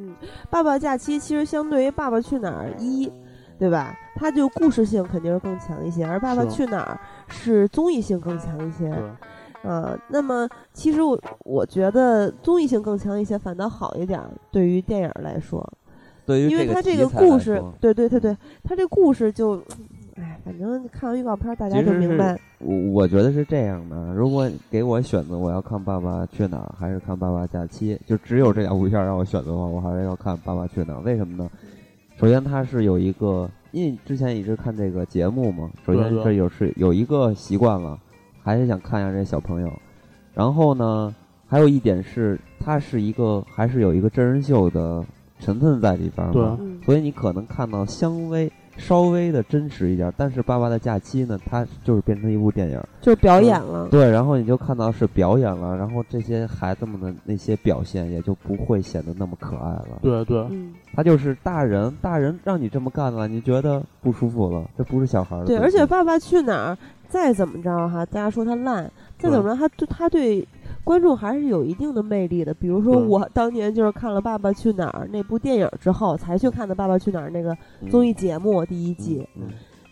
Speaker 2: 《爸爸假期》其实相对于《爸爸去哪儿》一，对吧？它就故事性肯定是更强一些，而《爸爸
Speaker 3: 是哦
Speaker 2: 去哪儿》是综艺性更强一些。
Speaker 3: 对，
Speaker 2: 呃，那么其实我我觉得综艺性更强一些，反倒好一点儿，对于电影儿来说。
Speaker 1: 对于
Speaker 2: 因为他
Speaker 1: 这
Speaker 2: 这个
Speaker 1: 题材
Speaker 2: 故
Speaker 1: 来
Speaker 2: 事
Speaker 1: 说，
Speaker 2: 对对对对，他这故事就，哎，反正看完预告片儿大家
Speaker 1: 其
Speaker 2: 就
Speaker 1: 实
Speaker 2: 明
Speaker 1: 是
Speaker 2: 白，
Speaker 1: 我我觉得是这样的。如果给我选择，我要看《爸爸去哪儿》还是看《爸爸假期》，就只有这两部片儿让我选择的话，我还是要看《爸爸去哪儿》。为什么呢？首先，它是有一个，因为之前一直看这个节目嘛，首先
Speaker 3: 对对
Speaker 1: 这有是有一个习惯了，还是想看一下这小朋友。然后呢，还有一点是，它是一个还是有一个真人秀的成分在里边儿嘛。
Speaker 3: 对
Speaker 2: 嗯，
Speaker 1: 所以你可能看到相微稍微的真实一点儿，但是《爸爸的假期》呢，它就是变成一部电影儿，
Speaker 2: 就是表演了，
Speaker 1: 对，然后你就看到是表演了，然后这些孩子们的那些表现也就不会显得那么可爱了。
Speaker 3: 对对，
Speaker 2: 嗯，
Speaker 1: 他就是大人，大人让你这么干了，你觉得不舒服了，这不是小孩儿的
Speaker 2: 对，
Speaker 1: 东西。
Speaker 2: 而且《爸爸去哪儿》再怎么着哈，大家说他烂，再怎么着，他对他对观众还是有一定的魅力的。比如说
Speaker 3: 对
Speaker 2: 我当年就是看了《爸爸去哪儿》那部电影之后，才去看的《爸爸去哪儿》那个综艺节目第一
Speaker 1: 嗯
Speaker 2: 季，
Speaker 1: 嗯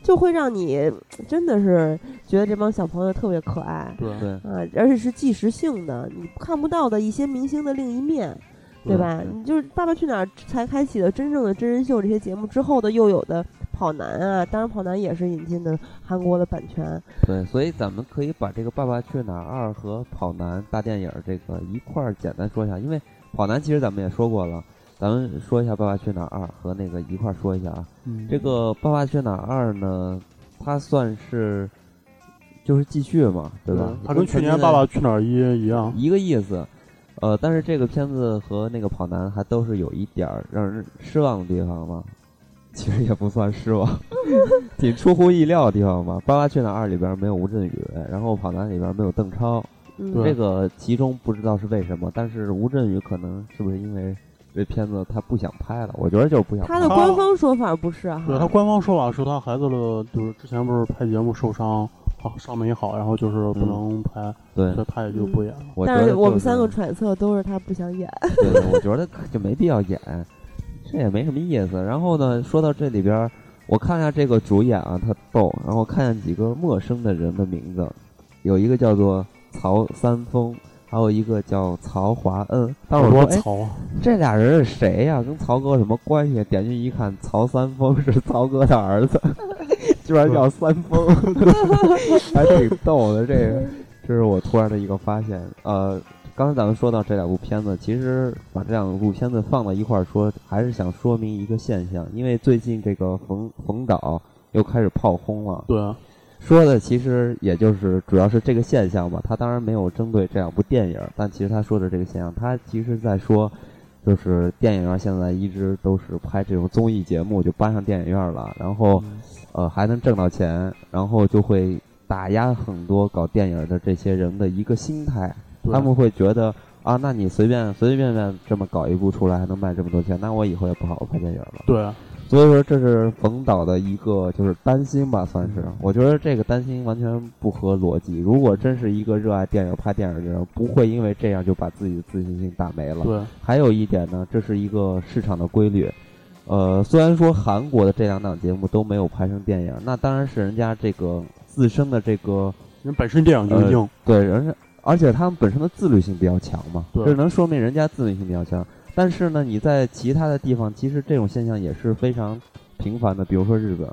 Speaker 2: 就会让你真的是觉得这帮小朋友特别可爱，
Speaker 3: 对
Speaker 1: 嗯对，
Speaker 2: 啊，而且是即时性的，你看不到的一些明星的另一面，对
Speaker 1: 对
Speaker 2: 吧？
Speaker 1: 嗯对
Speaker 2: 你就是《爸爸去哪儿》才开启了真正的真人秀这些节目之后的，又有的跑男啊，当然跑男也是引进的韩国的版权，
Speaker 1: 对，所以咱们可以把这个《爸爸去哪儿二》和《跑男》大电影儿这个一块儿简单说一下，因为《跑男》其实咱们也说过了，咱们说一下《爸爸去哪儿二》和那个一块儿说一下啊。
Speaker 3: 嗯
Speaker 1: 这个《爸爸去哪儿二》呢，它算是就是继续嘛，对吧？
Speaker 3: 它跟去年《爸爸去哪儿》一一样。
Speaker 1: 一个意思。呃，但是这个片子和那个《跑男》还都是有一点儿让人失望的地方嘛，其实也不算失望， 挺出乎意料的地方吧。《爸爸去哪儿二》里边没有吴镇宇，然后《跑男》里边没有邓超，
Speaker 2: 嗯，
Speaker 3: 对
Speaker 1: 这个其中不知道是为什么，但是吴镇宇可能是不是因为这片子他不想拍了，我觉得就是不想
Speaker 2: 他
Speaker 1: 拍
Speaker 2: 的
Speaker 1: 了。
Speaker 2: 官方说法不是啊
Speaker 1: 嗯
Speaker 3: 对他
Speaker 2: 哈，
Speaker 3: 官方说法是他孩子的，就是之前不是拍节目受伤，啊伤没好，然后就是不能拍，
Speaker 1: 嗯对
Speaker 3: 所，以他也就不演了。
Speaker 1: 我觉
Speaker 2: 但
Speaker 1: 得
Speaker 2: 是我
Speaker 1: 就
Speaker 2: 们三个
Speaker 1: 是
Speaker 2: 揣测都是他不想演。
Speaker 1: 对，我觉得哎就没必要演，这也没什么意思。然后呢，说到这里边儿，我看一下这个主演啊，他逗，然后看见几个陌生的人的名字，有一个叫做曹三丰，还有一个叫曹华恩。当时我
Speaker 3: 多
Speaker 1: 说，哎，
Speaker 3: 曹啊，
Speaker 1: 这俩人是谁呀、跟曹哥有什么关系？点进去一看，曹三丰是曹哥的儿子，居然叫三丰，还挺逗的。这个，这是我突然的一个发现。呃，刚才咱们说到这两部片子，其实把这两部片子放到一块儿说，还是想说明一个现象，因为最近这个冯冯导又开始炮轰了，
Speaker 3: 对，
Speaker 1: 说的其实也就是主要是这个现象吧。他当然没有针对这两部电影，但其实他说的这个现象，他其实在说，就是电影院现在一直都是拍这种综艺节目就搬上电影院了，然后
Speaker 3: 嗯
Speaker 1: 呃还能挣到钱，然后就会打压很多搞电影的这些人的一个心态，
Speaker 3: 对
Speaker 1: 他们会觉得。啊，那你随便随随便便这么搞一部出来，还能卖这么多钱，那我以后也不好好拍电影了。
Speaker 3: 对
Speaker 1: 所以说这是冯导的一个就是担心吧，算是。我觉得这个担心完全不合逻辑。如果真是一个热爱电影、拍电影的人，不会因为这样就把自己的自信心打没了。
Speaker 3: 对
Speaker 1: 还有一点呢，这是一个市场的规律。呃，虽然说韩国的这两档节目都没有拍成电影，那当然是人家这个自身的这个
Speaker 3: 人本身电影
Speaker 1: 呃
Speaker 3: 就硬，
Speaker 1: 对，而且而且他们本身的自律性比较强嘛，
Speaker 3: 对
Speaker 1: 这能说明人家自律性比较强。但是呢，你在其他的地方，其实这种现象也是非常频繁的，比如说日本，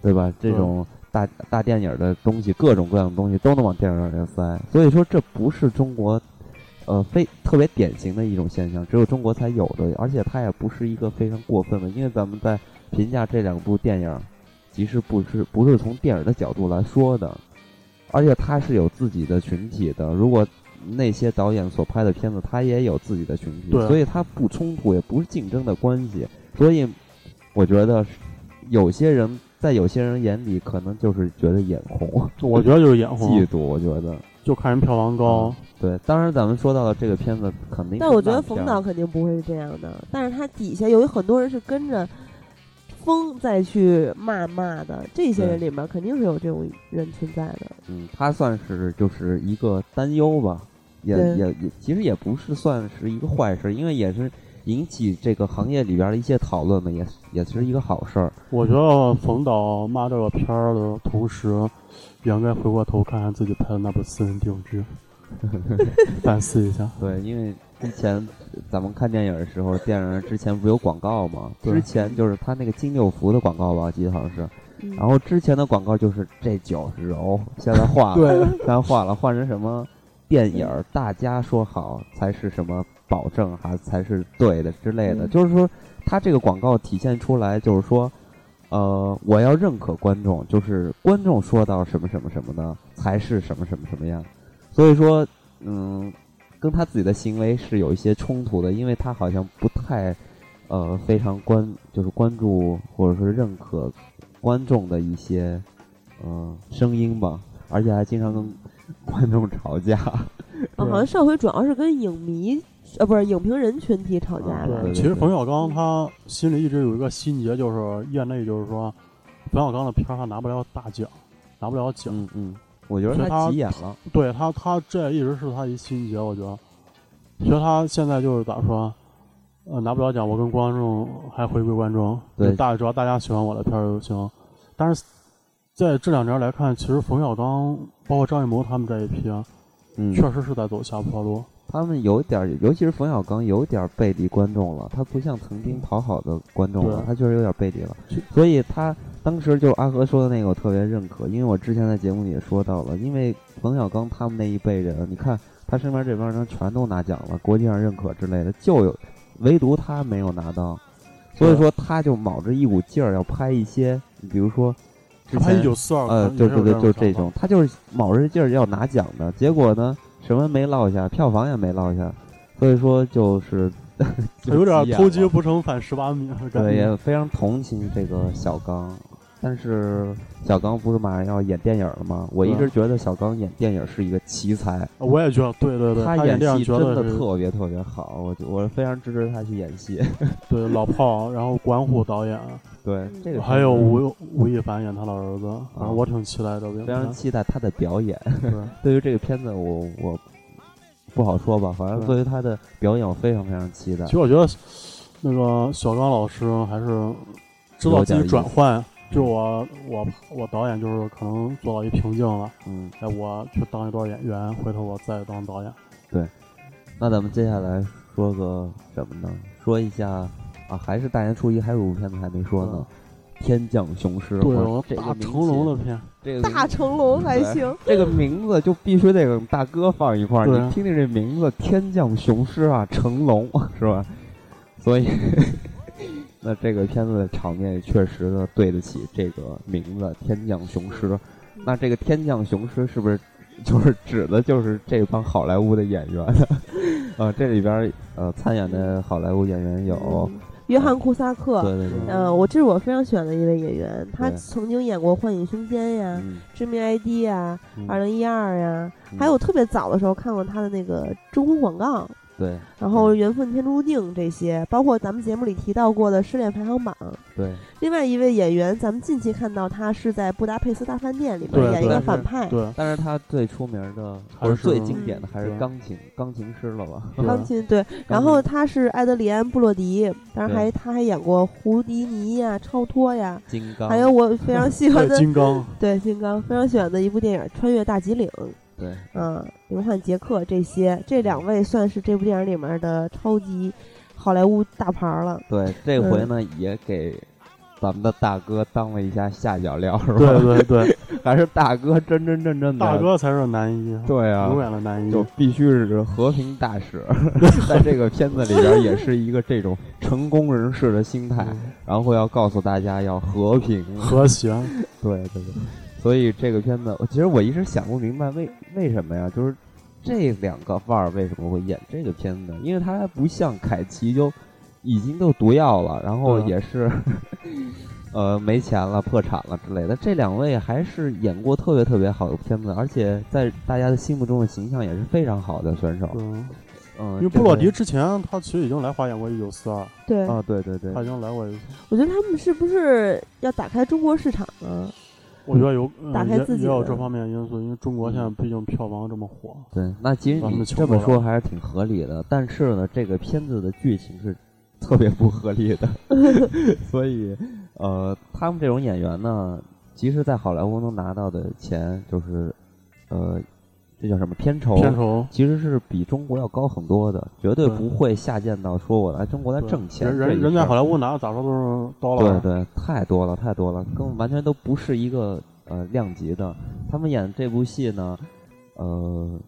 Speaker 1: 对吧？这种大、大电影的东西，各种各样的东西都能往电影院里塞，所以说这不是中国。呃，非特别典型的一种现象，只有中国才有的，而且它也不是一个非常过分的，因为咱们在评价这两部电影，其实不是不是从电影的角度来说的，而且他是有自己的群体的。如果那些导演所拍的片子，他也有自己的群体，
Speaker 3: 对
Speaker 1: 所以他不冲突，也不是竞争的关系。所以我觉得有些人在有些人眼里，可能就是觉得眼红、
Speaker 3: 我觉得就是眼
Speaker 1: 嫉
Speaker 3: 红，
Speaker 1: 妒。我觉得
Speaker 3: 就看人票房
Speaker 1: 嗯
Speaker 3: 高。
Speaker 1: 对。当然，咱们说到了这个片子，肯定
Speaker 2: 但
Speaker 1: 是
Speaker 2: 我觉得
Speaker 1: 烂片
Speaker 2: 冯导肯定不会是这样的，但是他底下有很多人是跟着风再去骂骂的，这些人里面肯定是有这种人存在的。
Speaker 1: 嗯，他算是就是一个担忧吧，也
Speaker 2: 对
Speaker 1: 也也，其实也不是算是一个坏事，因为也是引起这个行业里边儿的一些讨论嘛，也也是一个好事儿。
Speaker 3: 我觉得冯导骂这个片儿的同时，也应该回过头看看自己拍的那部《私人定 制》，反思一下。
Speaker 1: 对，因为之前咱们看电影的时候，电影之前不有广告吗？
Speaker 3: 对
Speaker 1: 之前就是他那个金六福的广告吧，我记得好像是。
Speaker 2: 嗯
Speaker 1: 然后之前的广告就是这酒是柔，现在化了，
Speaker 3: 对
Speaker 1: 现在化了，换成什么电影儿？大家说好才是什么保证，还才是对的之类的。
Speaker 2: 嗯
Speaker 1: 就是说，他这个广告体现出来就是说，呃，我要认可观众，就是观众说到什么什么什么呢，才是什么什么什么样。所以说，嗯，跟他自己的行为是有一些冲突的，因为他好像不太，呃，非常关就是关注或者是认可观众的一些，嗯、声音吧，而且还经常跟观众吵架。
Speaker 2: 啊，好像上回主要是跟影迷，呃，不是影评人群体吵架
Speaker 1: 对
Speaker 2: 了。
Speaker 1: 啊对
Speaker 3: 其实冯小刚他心里一直有一个心结，就是业内就是说，冯小刚的片儿他拿不了大奖，拿不了奖。
Speaker 1: 嗯嗯，我觉得
Speaker 3: 所以
Speaker 1: 他
Speaker 3: 他
Speaker 1: 急眼了。
Speaker 3: 对他，他这一直是他一心结，我觉得。其实他现在就是咋说，呃，拿不了奖，我跟观众还回归观众，
Speaker 1: 对
Speaker 3: 就大只要大家喜欢我的片儿就行。但是在这两年来看，其实冯小刚包括张艺谋他们这一批，啊，
Speaker 1: 嗯，
Speaker 3: 确实是在走下坡路。
Speaker 1: 他们有点儿，尤其是冯小刚，有点儿背离观众了。他不像曾经讨好的观众了
Speaker 3: 对，
Speaker 1: 他确实有点儿背离了
Speaker 3: 是。
Speaker 1: 所以他当时就阿和说的那个，我特别认可，因为我之前在节目里也说到了，因为冯小刚他们那一辈人，你看他身边这帮人全都拿奖了，国际上认可之类的，就有唯独他没有拿到，所以说他就卯着一股劲儿要拍一些，比如说之
Speaker 3: 哪怕
Speaker 1: 前
Speaker 3: 一九四二，
Speaker 1: 呃，对对对，就是这种
Speaker 3: 想，
Speaker 1: 他就是卯着劲儿要拿奖的，结果呢，什么没落下，票房也没落下，所以说就是
Speaker 3: 法，有点
Speaker 1: 急眼
Speaker 3: 偷鸡
Speaker 1: 了
Speaker 3: 不成反蚀把米的感
Speaker 1: 对，
Speaker 3: 觉。
Speaker 1: 也非常同情这个小刚，但是小刚不是马上要演电影了吗？我一
Speaker 3: 对啊
Speaker 1: 直觉得小刚演电影是一个奇才，
Speaker 3: 我也觉得，对对对，他
Speaker 1: 演
Speaker 3: 这样
Speaker 1: 戏
Speaker 3: 觉
Speaker 1: 真
Speaker 3: 得
Speaker 1: 的
Speaker 3: 是
Speaker 1: 特别特别好，我就我非常支持他去演戏。
Speaker 3: 对老炮儿，然后管虎导演，
Speaker 1: 对，嗯这个
Speaker 3: 还
Speaker 1: 是
Speaker 3: 有吴吴亦凡演他老儿子，反正我挺期待这个片
Speaker 1: 非常
Speaker 3: 子。
Speaker 1: 期待他的表演。
Speaker 3: 对
Speaker 1: 对于这个片子，我我不好说吧，反正
Speaker 3: 对
Speaker 1: 对于他的表演，我非常非常期待
Speaker 3: 其。实我觉得那个小刚老师还是知道
Speaker 1: 有
Speaker 3: 自
Speaker 1: 点
Speaker 3: 己转
Speaker 1: 意思嗯
Speaker 3: 换。就我我我导演就是可能做到一瓶颈了，
Speaker 1: 嗯，
Speaker 3: 哎，我去当一段演员，回头我再当导演。
Speaker 1: 那咱们接下来说个什么呢？说一下啊，还是大年初一，还有部片子还没说呢，天降雄狮》。
Speaker 3: 嗯对，
Speaker 1: 哇
Speaker 3: 我
Speaker 1: 这
Speaker 3: 大
Speaker 1: 个
Speaker 3: 成龙的
Speaker 1: 的
Speaker 3: 片，
Speaker 1: 这个名
Speaker 2: 大成
Speaker 1: 嗯
Speaker 2: 龙还行，
Speaker 1: 这个名字就必须得跟大哥放一块儿。
Speaker 3: 对啊
Speaker 1: 你听听这名字，天降雄狮啊，成龙是吧？ 所以， 那这个片子的场面也确实的对得起这个名字“天降雄狮”。那这个“天降雄狮”是不是就是指的就是这帮好莱坞的演员呢？ 啊，这里边儿呃参演的好莱坞演员有，
Speaker 2: 约翰库萨克。
Speaker 1: 对对对，
Speaker 2: 嗯、我这是我非常喜欢的一位演员，他
Speaker 1: 对
Speaker 2: 曾经演过《幻影凶间》呀，
Speaker 1: 嗯，
Speaker 2: 《致命 ID》呀，
Speaker 1: 嗯
Speaker 2: 《二零一二》呀，
Speaker 1: 嗯
Speaker 2: 还有特别早的时候看过他的那个《征婚广告》，
Speaker 1: 对
Speaker 2: 然后《缘分天注定》这些，包括咱们节目里提到过的《失恋排行榜》。
Speaker 1: 对
Speaker 2: 另外一位演员，咱们近期看到他是在《布达佩斯大饭店》里
Speaker 3: 对
Speaker 2: 面演一个
Speaker 1: 对
Speaker 2: 反派
Speaker 3: 对，
Speaker 1: 但是他最出名的
Speaker 3: 还
Speaker 1: 或者
Speaker 3: 是嗯
Speaker 1: 最经典的还是
Speaker 3: 对
Speaker 1: 钢琴钢琴师了吧？
Speaker 3: 对
Speaker 2: 钢琴对，然
Speaker 3: 嗯
Speaker 2: 后他是埃德里安·布洛迪，当然还他还演过胡迪尼呀、超脱呀，
Speaker 1: 金刚，
Speaker 2: 还有我非常喜欢
Speaker 3: 啊 对
Speaker 2: 的
Speaker 3: 金刚，
Speaker 2: 对金刚非常喜欢的一部电影《穿越大吉岭》
Speaker 1: 对，
Speaker 2: 啊，流换杰克这些，这两位算是这部电影里面的超级好莱坞大牌儿了。
Speaker 1: 对，这回呢、也给咱们的大哥当了一下下脚料，是吧？
Speaker 3: 对对对，
Speaker 1: 还是大哥真真正正的
Speaker 3: 大，哥才是男一，
Speaker 1: 对啊
Speaker 3: 永，远的男一。嗯
Speaker 1: 就必须是和平大 使，在这个片子里边也是一个这种成功人士的心态，
Speaker 3: 嗯
Speaker 1: 然后要告诉大家要和平，
Speaker 3: 和 谐，
Speaker 1: 对对对，所以这个片子，我其实我一直想不明白为为什么呀，就是。这两个腕儿为什么会演这个片子呢？因为他还不像凯奇就已经都毒药了，然后
Speaker 3: 嗯
Speaker 1: 也是、 呃没钱了、破产了之类的。这两位还是演过特别特别好的片子，而且在大家的心目中的形象也是非常好的选手。
Speaker 3: 嗯，
Speaker 1: 嗯，
Speaker 3: 因为
Speaker 1: 这
Speaker 3: 布洛
Speaker 1: 个
Speaker 3: 迪之前他其实已经来华演过《一九四二》，
Speaker 2: 对，
Speaker 1: 啊，对对对
Speaker 3: 他，已经来过一次，
Speaker 2: 我觉得他们是不是要打开中国市场啊？
Speaker 3: 我觉得有、嗯
Speaker 2: 打开
Speaker 3: 也
Speaker 2: 自己
Speaker 3: 也有
Speaker 2: 的嗯
Speaker 3: 这方面因素，因为中国现在毕竟票房这么火，
Speaker 1: 对。那其实
Speaker 3: 咱们
Speaker 1: 你
Speaker 3: 就
Speaker 1: 这么
Speaker 3: 说
Speaker 1: 说还是挺合理的，但是呢，这个片子的剧情是特别不合理 的，所以呃，他们这种演员呢，其实在好莱坞能拿到的钱就是呃，这叫什么片酬？
Speaker 3: 片酬
Speaker 1: 其实是比中国要高很多的，绝对
Speaker 3: 对
Speaker 1: 不会下贱到说我来中国来
Speaker 3: 对
Speaker 1: 挣钱
Speaker 3: 人
Speaker 1: 这
Speaker 3: 人
Speaker 1: 一
Speaker 3: 人
Speaker 1: 事
Speaker 3: 在
Speaker 1: 儿
Speaker 3: 好莱坞拿的咋说都是刀
Speaker 1: 对
Speaker 3: 了，啊
Speaker 1: 对，太多了，太多了，跟完全都不是一个呃量级的。他们演这部戏呢，呃，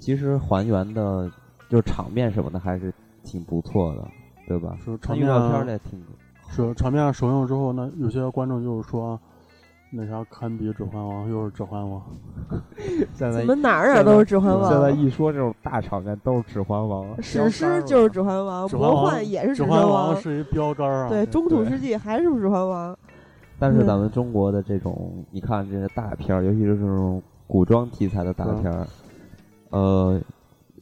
Speaker 1: 其实还原的就是场面什么的还是挺不错的，对吧？
Speaker 3: 是场
Speaker 1: 看预
Speaker 2: 啊
Speaker 1: 告片儿的
Speaker 3: 面
Speaker 1: 挺
Speaker 3: 是场面首映之后，那有些观众就是说。那啥，堪比《指环王》，又是《指环王
Speaker 1: 现
Speaker 2: 怎么哪儿哪儿都是《指环王》？
Speaker 1: 一说这种大场面都是《指环王》
Speaker 2: 史诗就是《指环王》，
Speaker 3: 指环王
Speaker 2: 魔幻也是》，《
Speaker 3: 《指
Speaker 2: 指
Speaker 3: 环王
Speaker 2: 王》》
Speaker 3: 是一标杆儿啊！
Speaker 2: 对，中土世纪还是《指环王》。
Speaker 1: 但是咱们中国的这种，你看这些大片儿，尤其是这种古装题材的大片儿，呃，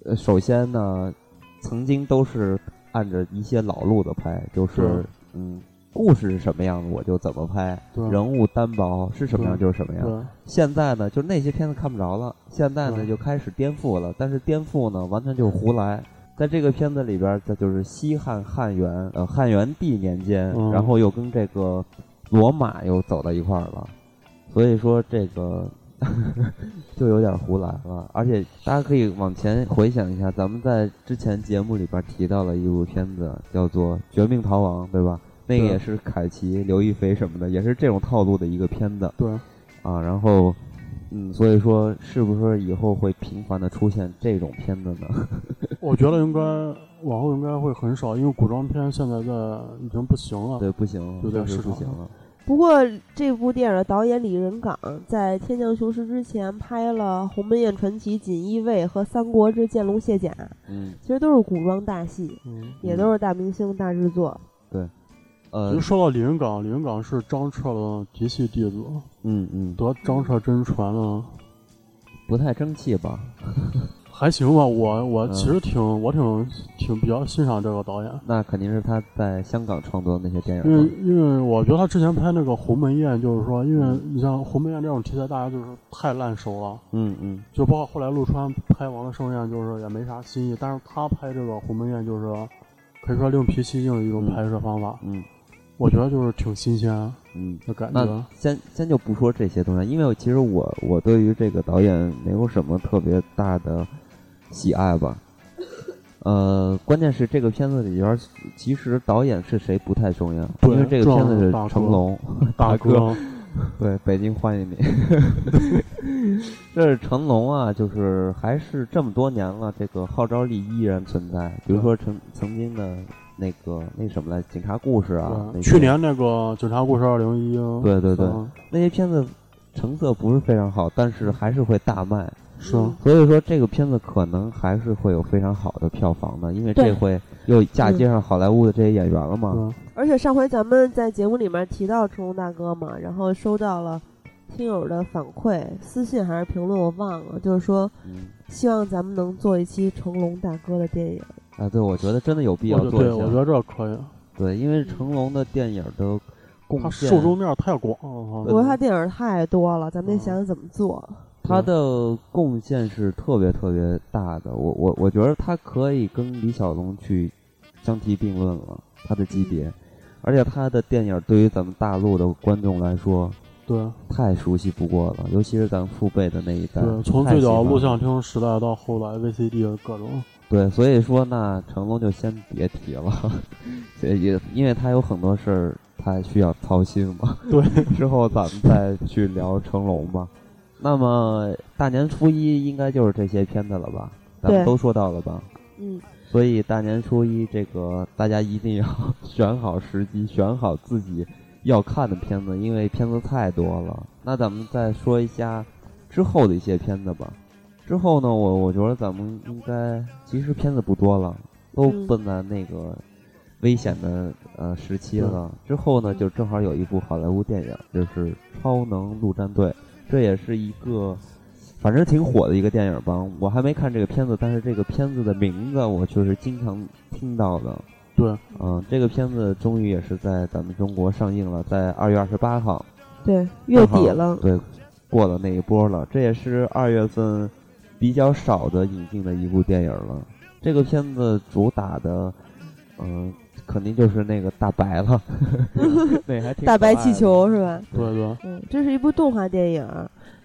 Speaker 1: 呃首先呢，曾经都是按着一些老路子拍，就是
Speaker 3: 对
Speaker 1: 嗯，故事是什么样的我就怎么拍，
Speaker 3: 对
Speaker 1: 人物单薄是什么样
Speaker 3: 对
Speaker 1: 就是什么样。
Speaker 3: 对
Speaker 1: 现在呢，就是那些片子看不着了，现在呢
Speaker 3: 对
Speaker 1: 就开始颠覆了，但是颠覆呢完全就是胡来。在这个片子里边儿，它就是西汉汉元，呃，汉元帝年间，
Speaker 3: 嗯
Speaker 1: 然后又跟这个罗马又走到一块儿了，所以说这个 就有点胡来了。而且大家可以往前回想一下，咱们在之前节目里边提到了一部片子，叫做《绝命逃亡》，对吧？那个
Speaker 3: 对
Speaker 1: 也是凯奇、刘亦菲什么的，也是这种套路的一个片子
Speaker 3: 对，
Speaker 1: 啊。然后，嗯，所以说是不是以后会频繁的出现这种片子呢？
Speaker 3: 我觉得应该往后应该会很少，因为古装片现在在已经不行了。
Speaker 1: 对，不行，
Speaker 3: 有点
Speaker 1: 确实
Speaker 3: 市
Speaker 1: 不
Speaker 3: 场
Speaker 1: 行了。嗯
Speaker 2: 不过这部电影的导演李仁港在《天降雄狮》之前拍了《鸿门宴传奇》《锦衣卫》和《三国之见龙卸甲》，
Speaker 1: 嗯，
Speaker 2: 其实都是古装大戏，
Speaker 3: 嗯，
Speaker 2: 也都是大明星大制作。
Speaker 1: 对，呃
Speaker 3: 就，说到李云港，李云港是张彻的嫡系弟子，
Speaker 1: 嗯嗯，
Speaker 3: 得张彻真传了，
Speaker 1: 不太争气吧？
Speaker 3: 还行吧。我我
Speaker 1: 嗯
Speaker 3: 其实挺、我挺挺比较欣赏这个导演，
Speaker 1: 那肯定是他在香港创作的那些电
Speaker 3: 因为
Speaker 1: 影吧。
Speaker 3: 因为我觉得他之前拍那个《鸿门宴》，就是说，因为你像《鸿门宴》这种题材，大家就是太烂熟了，
Speaker 1: 嗯嗯
Speaker 3: 就包括后来陆川拍《王的盛宴》，就是也没啥新意，但是他拍这个《鸿门宴》就是可以说另辟蹊径的一种
Speaker 1: 嗯
Speaker 3: 拍摄方法，
Speaker 1: 嗯
Speaker 3: 我觉得就是挺新鲜
Speaker 1: 嗯。
Speaker 3: 的感
Speaker 1: 那
Speaker 3: 觉。
Speaker 1: 先先就不说这些东西，因为其实我我对于这个导演没有什么特别大的喜爱吧。呃，关键是这个片子里边儿，其实导演是谁不太重要，
Speaker 3: 对
Speaker 1: 因为这个片子
Speaker 3: 重要
Speaker 1: 是
Speaker 3: 大
Speaker 1: 成
Speaker 3: 哥
Speaker 1: 龙，
Speaker 3: 大
Speaker 1: 哥，对，北京欢 迎你。这是成龙啊，就是还是这么多年了，这个号召力依然存在。比如说曾曾经的那个那什么来，《警察故事》啊，那
Speaker 3: 对
Speaker 1: 些
Speaker 3: 嗯去年那个《警察故事二零一》，
Speaker 1: 对对对，
Speaker 3: 嗯，
Speaker 1: 那些片子成色不是非常好，但是还是会大卖。
Speaker 3: 是
Speaker 2: 嗯
Speaker 1: 所以说这个片子可能还是会有非常好的票房的，因为这
Speaker 2: 对
Speaker 1: 回又嫁接上好莱坞的这些演员了嘛。
Speaker 3: 对。
Speaker 2: 而且上回咱们在节目里面提到成龙大哥嘛，然后收到了听友的反馈，私信还是评论我忘了，就是说
Speaker 1: 嗯，
Speaker 2: 希望咱们能做一期成龙大哥的电影。
Speaker 1: 啊，对，我觉得真的有必
Speaker 3: 我
Speaker 1: 要
Speaker 3: 觉
Speaker 1: 做
Speaker 3: 对，
Speaker 1: 一
Speaker 3: 我
Speaker 1: 下
Speaker 3: 觉。得这可以，
Speaker 1: 对，因为成龙的电影的贡
Speaker 3: 它
Speaker 1: 献，
Speaker 3: 受众面太广了。
Speaker 1: 嗯对
Speaker 2: 我说
Speaker 3: 我操
Speaker 2: 他电影太多了，咱们得
Speaker 3: 嗯
Speaker 2: 想想怎么做。
Speaker 1: 他的贡献是特别特别大的。我我我觉得他可以跟李小龙去相提并论了，他的级别，而且他的电影对于咱们大陆的观众来说
Speaker 3: 对
Speaker 1: 太熟悉不过了，尤其是咱们父辈的那一代，
Speaker 3: 对，从
Speaker 1: 太
Speaker 3: 最
Speaker 1: 喜
Speaker 3: 早
Speaker 1: 欢
Speaker 3: 录
Speaker 1: 了
Speaker 3: 像厅时代到后来 VCD 的各种，
Speaker 1: 对，所以说那成龙就先别提了， 这也因为他有很多事儿他需要操心嘛。
Speaker 3: 对，
Speaker 1: 之后咱们再去聊成龙吧。那么大年初一应该就是这些片子了吧？咱们
Speaker 2: 对
Speaker 1: 都说到了吧？
Speaker 2: 嗯，
Speaker 1: 所以大年初一这个大家一定要 选好时机，选好自己要看的片子，因为片子太多了。那咱们再说一下之后的一些片子吧。之后呢，我我觉得咱们应该其实片子不多了，都
Speaker 2: 嗯
Speaker 1: 奔在那个危险的呃时期了。之后呢，就正好有一部好莱坞电影，就是《超能陆战队》，这也是一个反正挺火的一个电影吧。我还没看这个片子，但是这个片子的名字我确实经常听到的。
Speaker 3: 对，
Speaker 1: 嗯，这个片子终于也是在咱们中国上映了，在二月二十八号，
Speaker 2: 对，
Speaker 1: 正
Speaker 2: 月底
Speaker 1: 好
Speaker 2: 了，
Speaker 1: 对，呃过了那一波了。这也是二月份比较少的引进的一部电影了。这个片子主打的，嗯、肯定就是那个大白 了，那还挺
Speaker 2: 大白
Speaker 1: 可爱的
Speaker 2: 气球是吧？
Speaker 3: 对对
Speaker 2: 嗯，这是一部动画电影，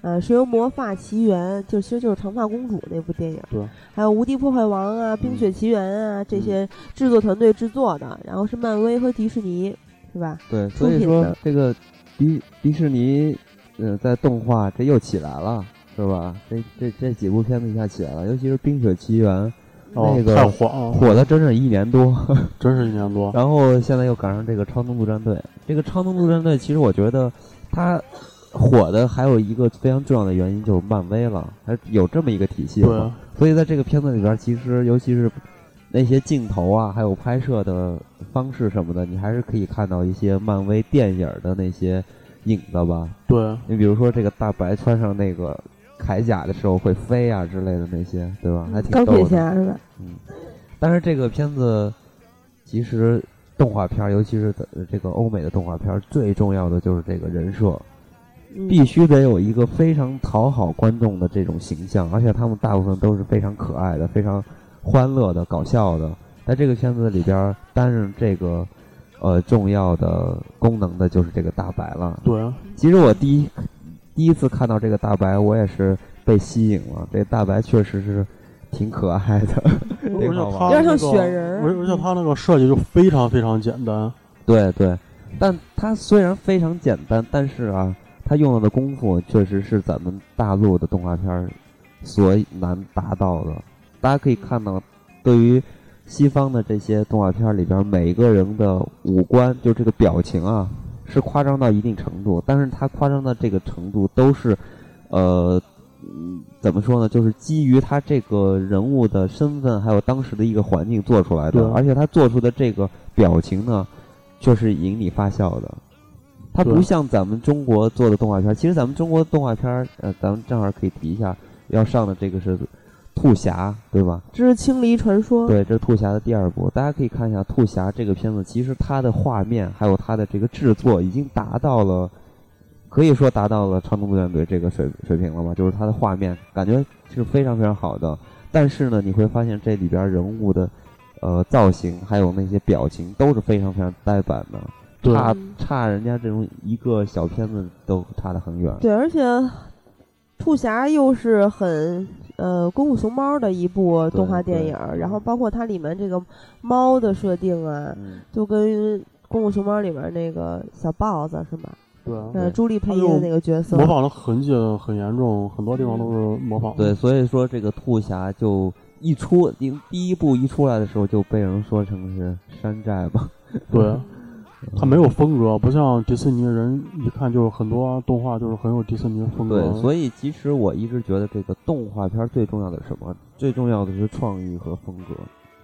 Speaker 2: 呃，是由《魔法奇缘》就其实就是《长发公主》那部电影，
Speaker 3: 对，
Speaker 2: 还有《无敌破坏王》啊，《冰雪奇缘啊》这
Speaker 1: 嗯
Speaker 2: 些制作团队制作的，然后是漫威和迪士尼，是吧？
Speaker 1: 对，
Speaker 2: 出
Speaker 1: 所以
Speaker 2: 品
Speaker 1: 说
Speaker 2: 的
Speaker 1: 这个迪迪士尼，呃，在动画这又起来了，是吧？这这这几部片子一下起来了，尤其是《冰雪奇缘》
Speaker 3: 哦
Speaker 1: 那个
Speaker 3: 太火了，
Speaker 1: 火了整整一年多，
Speaker 3: 真是一年多。
Speaker 1: 然后现在又赶上这个《超能陆战队》。这个《超能陆战队》其实我觉得它火的还有一个非常重要的原因就是漫威了，它有这么一个体系嘛。
Speaker 3: 对，啊
Speaker 1: 所以在这个片子里边，其实尤其是那些镜头啊，还有拍摄的方式什么的，你还是可以看到一些漫威电影的那些影子吧。
Speaker 3: 对，
Speaker 1: 你比如说这个大白穿上那个铠甲的时候会飞啊之类的那些，对吧？还挺
Speaker 2: 钢铁
Speaker 1: 逗的。
Speaker 2: 侠是吧？
Speaker 1: 嗯，但是这个片子其实动画片儿，尤其是在这个欧美的动画片儿，最重要的就是这个人设。
Speaker 2: 嗯，
Speaker 1: 必须得有一个非常讨好观众的这种形象，而且他们大部分都是非常可爱的、非常欢乐的、搞笑的。在这个片子里边儿担任这个呃重要的功能的就是这个大白了。
Speaker 3: 对，
Speaker 1: 其实我第一第一次看到这个大白，我也是被吸引了。这大白确实是挺可爱的，
Speaker 2: 嗯
Speaker 1: 挺
Speaker 3: 而
Speaker 1: 好玩
Speaker 3: 且他
Speaker 2: 有点像
Speaker 3: 那
Speaker 2: 雪
Speaker 3: 个，
Speaker 2: 人
Speaker 3: 而
Speaker 2: 儿，
Speaker 3: 而且他那个设计就非常非常简单。
Speaker 1: 对对。但它虽然非常简单，但是啊，它用了的功夫确实是咱们大陆的动画片儿所难达到的。大家可以看到，对于西方的这些动画片儿里边儿，每一个人的五官，就这个表情啊，是夸张到一定程度，但是它夸张到这个程度都是，呃。嗯，怎么说呢？就是基于他这个人物的身份，还有当时的一个环境做出来的
Speaker 3: 对，
Speaker 1: 而且他做出的这个表情呢，就是引你发笑的。它不
Speaker 3: 对
Speaker 1: 像咱们中国做的动画片儿，其实咱们中国动画片儿，呃，咱们正好可以提一下，要上的这个是《兔侠》，对吧？
Speaker 2: 这是《青离传说》
Speaker 1: 对，这是《兔侠》的第二部，大家可以看一下《兔侠》这个片子，其实它的画面还有它的这个制作已经达到了，可以说达到了《超能陆战队》这个水水平了吧？就是它的画面感觉是非常非常好的，但是呢，你会发现这里边人物的呃造型还有那些表情都是非常非常呆板的，
Speaker 3: 对
Speaker 1: 差
Speaker 2: 嗯
Speaker 1: 差人家这种一个小片子都差得很远。
Speaker 2: 对，而且兔侠又是很呃《功夫熊猫》的一部动画电影儿，
Speaker 1: 对对
Speaker 2: 然后包括它里面这个猫的设定啊，
Speaker 1: 嗯，
Speaker 2: 就跟《功夫熊猫》里面那个小豹子是吗？
Speaker 3: 对啊，
Speaker 1: 对
Speaker 2: 呃，朱莉配音的那个角色
Speaker 3: 模，仿的痕迹很严重，很多地方都是模仿。
Speaker 1: 对，，所以说这个兔侠就一出第第一部一出来的时候就被人说成是山寨吧，
Speaker 3: 对，它没有风格，不像迪士尼人一看就是很多动画就是很有迪士尼风格。
Speaker 1: 对，所以其实我一直觉得这个动画片最重要的是什么？最重要的是创意和风格，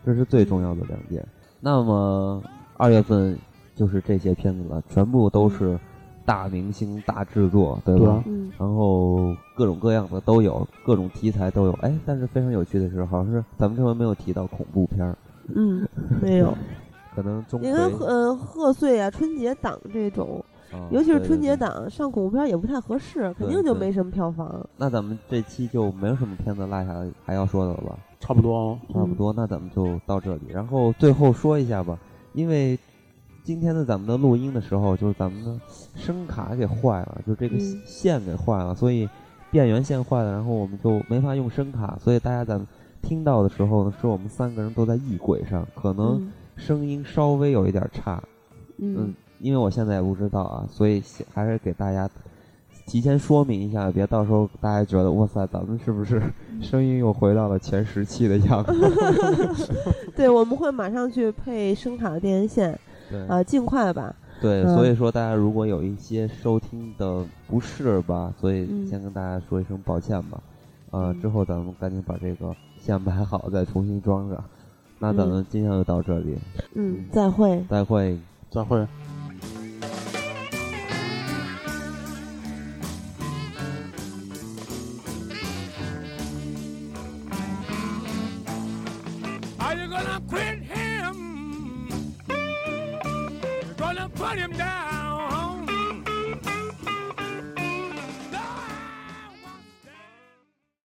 Speaker 1: 这是最重要的两点。那么二月份就是这些片子了，全部都是大明星、大制作，对
Speaker 3: 对
Speaker 1: 吧？
Speaker 3: 啊
Speaker 2: 嗯，
Speaker 1: 然后各种各样的都有，各种题材都有。哎，但是非常有趣的是，好像是咱们这回没有提到恐怖片儿，
Speaker 2: 嗯，没有。
Speaker 1: 可能中
Speaker 2: 你看，
Speaker 1: 回
Speaker 2: 呃，贺岁啊、春节档这种，
Speaker 1: 啊
Speaker 2: 尤其是
Speaker 1: 对
Speaker 2: 春
Speaker 1: 对
Speaker 2: 节
Speaker 1: 对
Speaker 2: 档上恐怖片儿也不太合适，肯
Speaker 1: 对
Speaker 2: 定就
Speaker 1: 对
Speaker 2: 没什么票房。
Speaker 1: 那咱们这期就没有什么片子落下来还要说的了吧？
Speaker 3: 差不多啊。
Speaker 1: 差不
Speaker 2: 嗯
Speaker 1: 多，那咱们就到这里。然后最后说一下吧，因为今天的咱们的录音的时候，就是咱们的声卡给坏了，就这个
Speaker 2: 嗯
Speaker 1: 线给坏了，所以电源线坏了，然后我们就没法用声卡，所以大家咱们听到的时候呢，是我们三个人都在异轨上，可能
Speaker 2: 嗯
Speaker 1: 声音稍微有一点差，嗯
Speaker 2: 嗯，，
Speaker 1: 因为我现在也不知道啊，所以先还是给大家提前说明一下，别到时候大家觉得哇塞，咱们是不是
Speaker 2: 嗯
Speaker 1: 声音又回到了前十期的样 子？嗯
Speaker 2: 对，我们会马上去配声卡的电源线，
Speaker 1: 对
Speaker 2: 呃，尽快吧。
Speaker 1: 对，
Speaker 2: 嗯
Speaker 1: 所以说大家如果有一些收听的不适吧，所以
Speaker 2: 嗯
Speaker 1: 先跟大家说一声抱歉吧。呃，
Speaker 2: 嗯
Speaker 1: 之后咱们赶紧把这个线摆好，再重新装上。那咱
Speaker 2: 嗯
Speaker 1: 们今天就到这里，
Speaker 2: 嗯，再会。
Speaker 1: 再会。
Speaker 3: 再会。
Speaker 5: Are you gonna quit him? You're gonna put him down.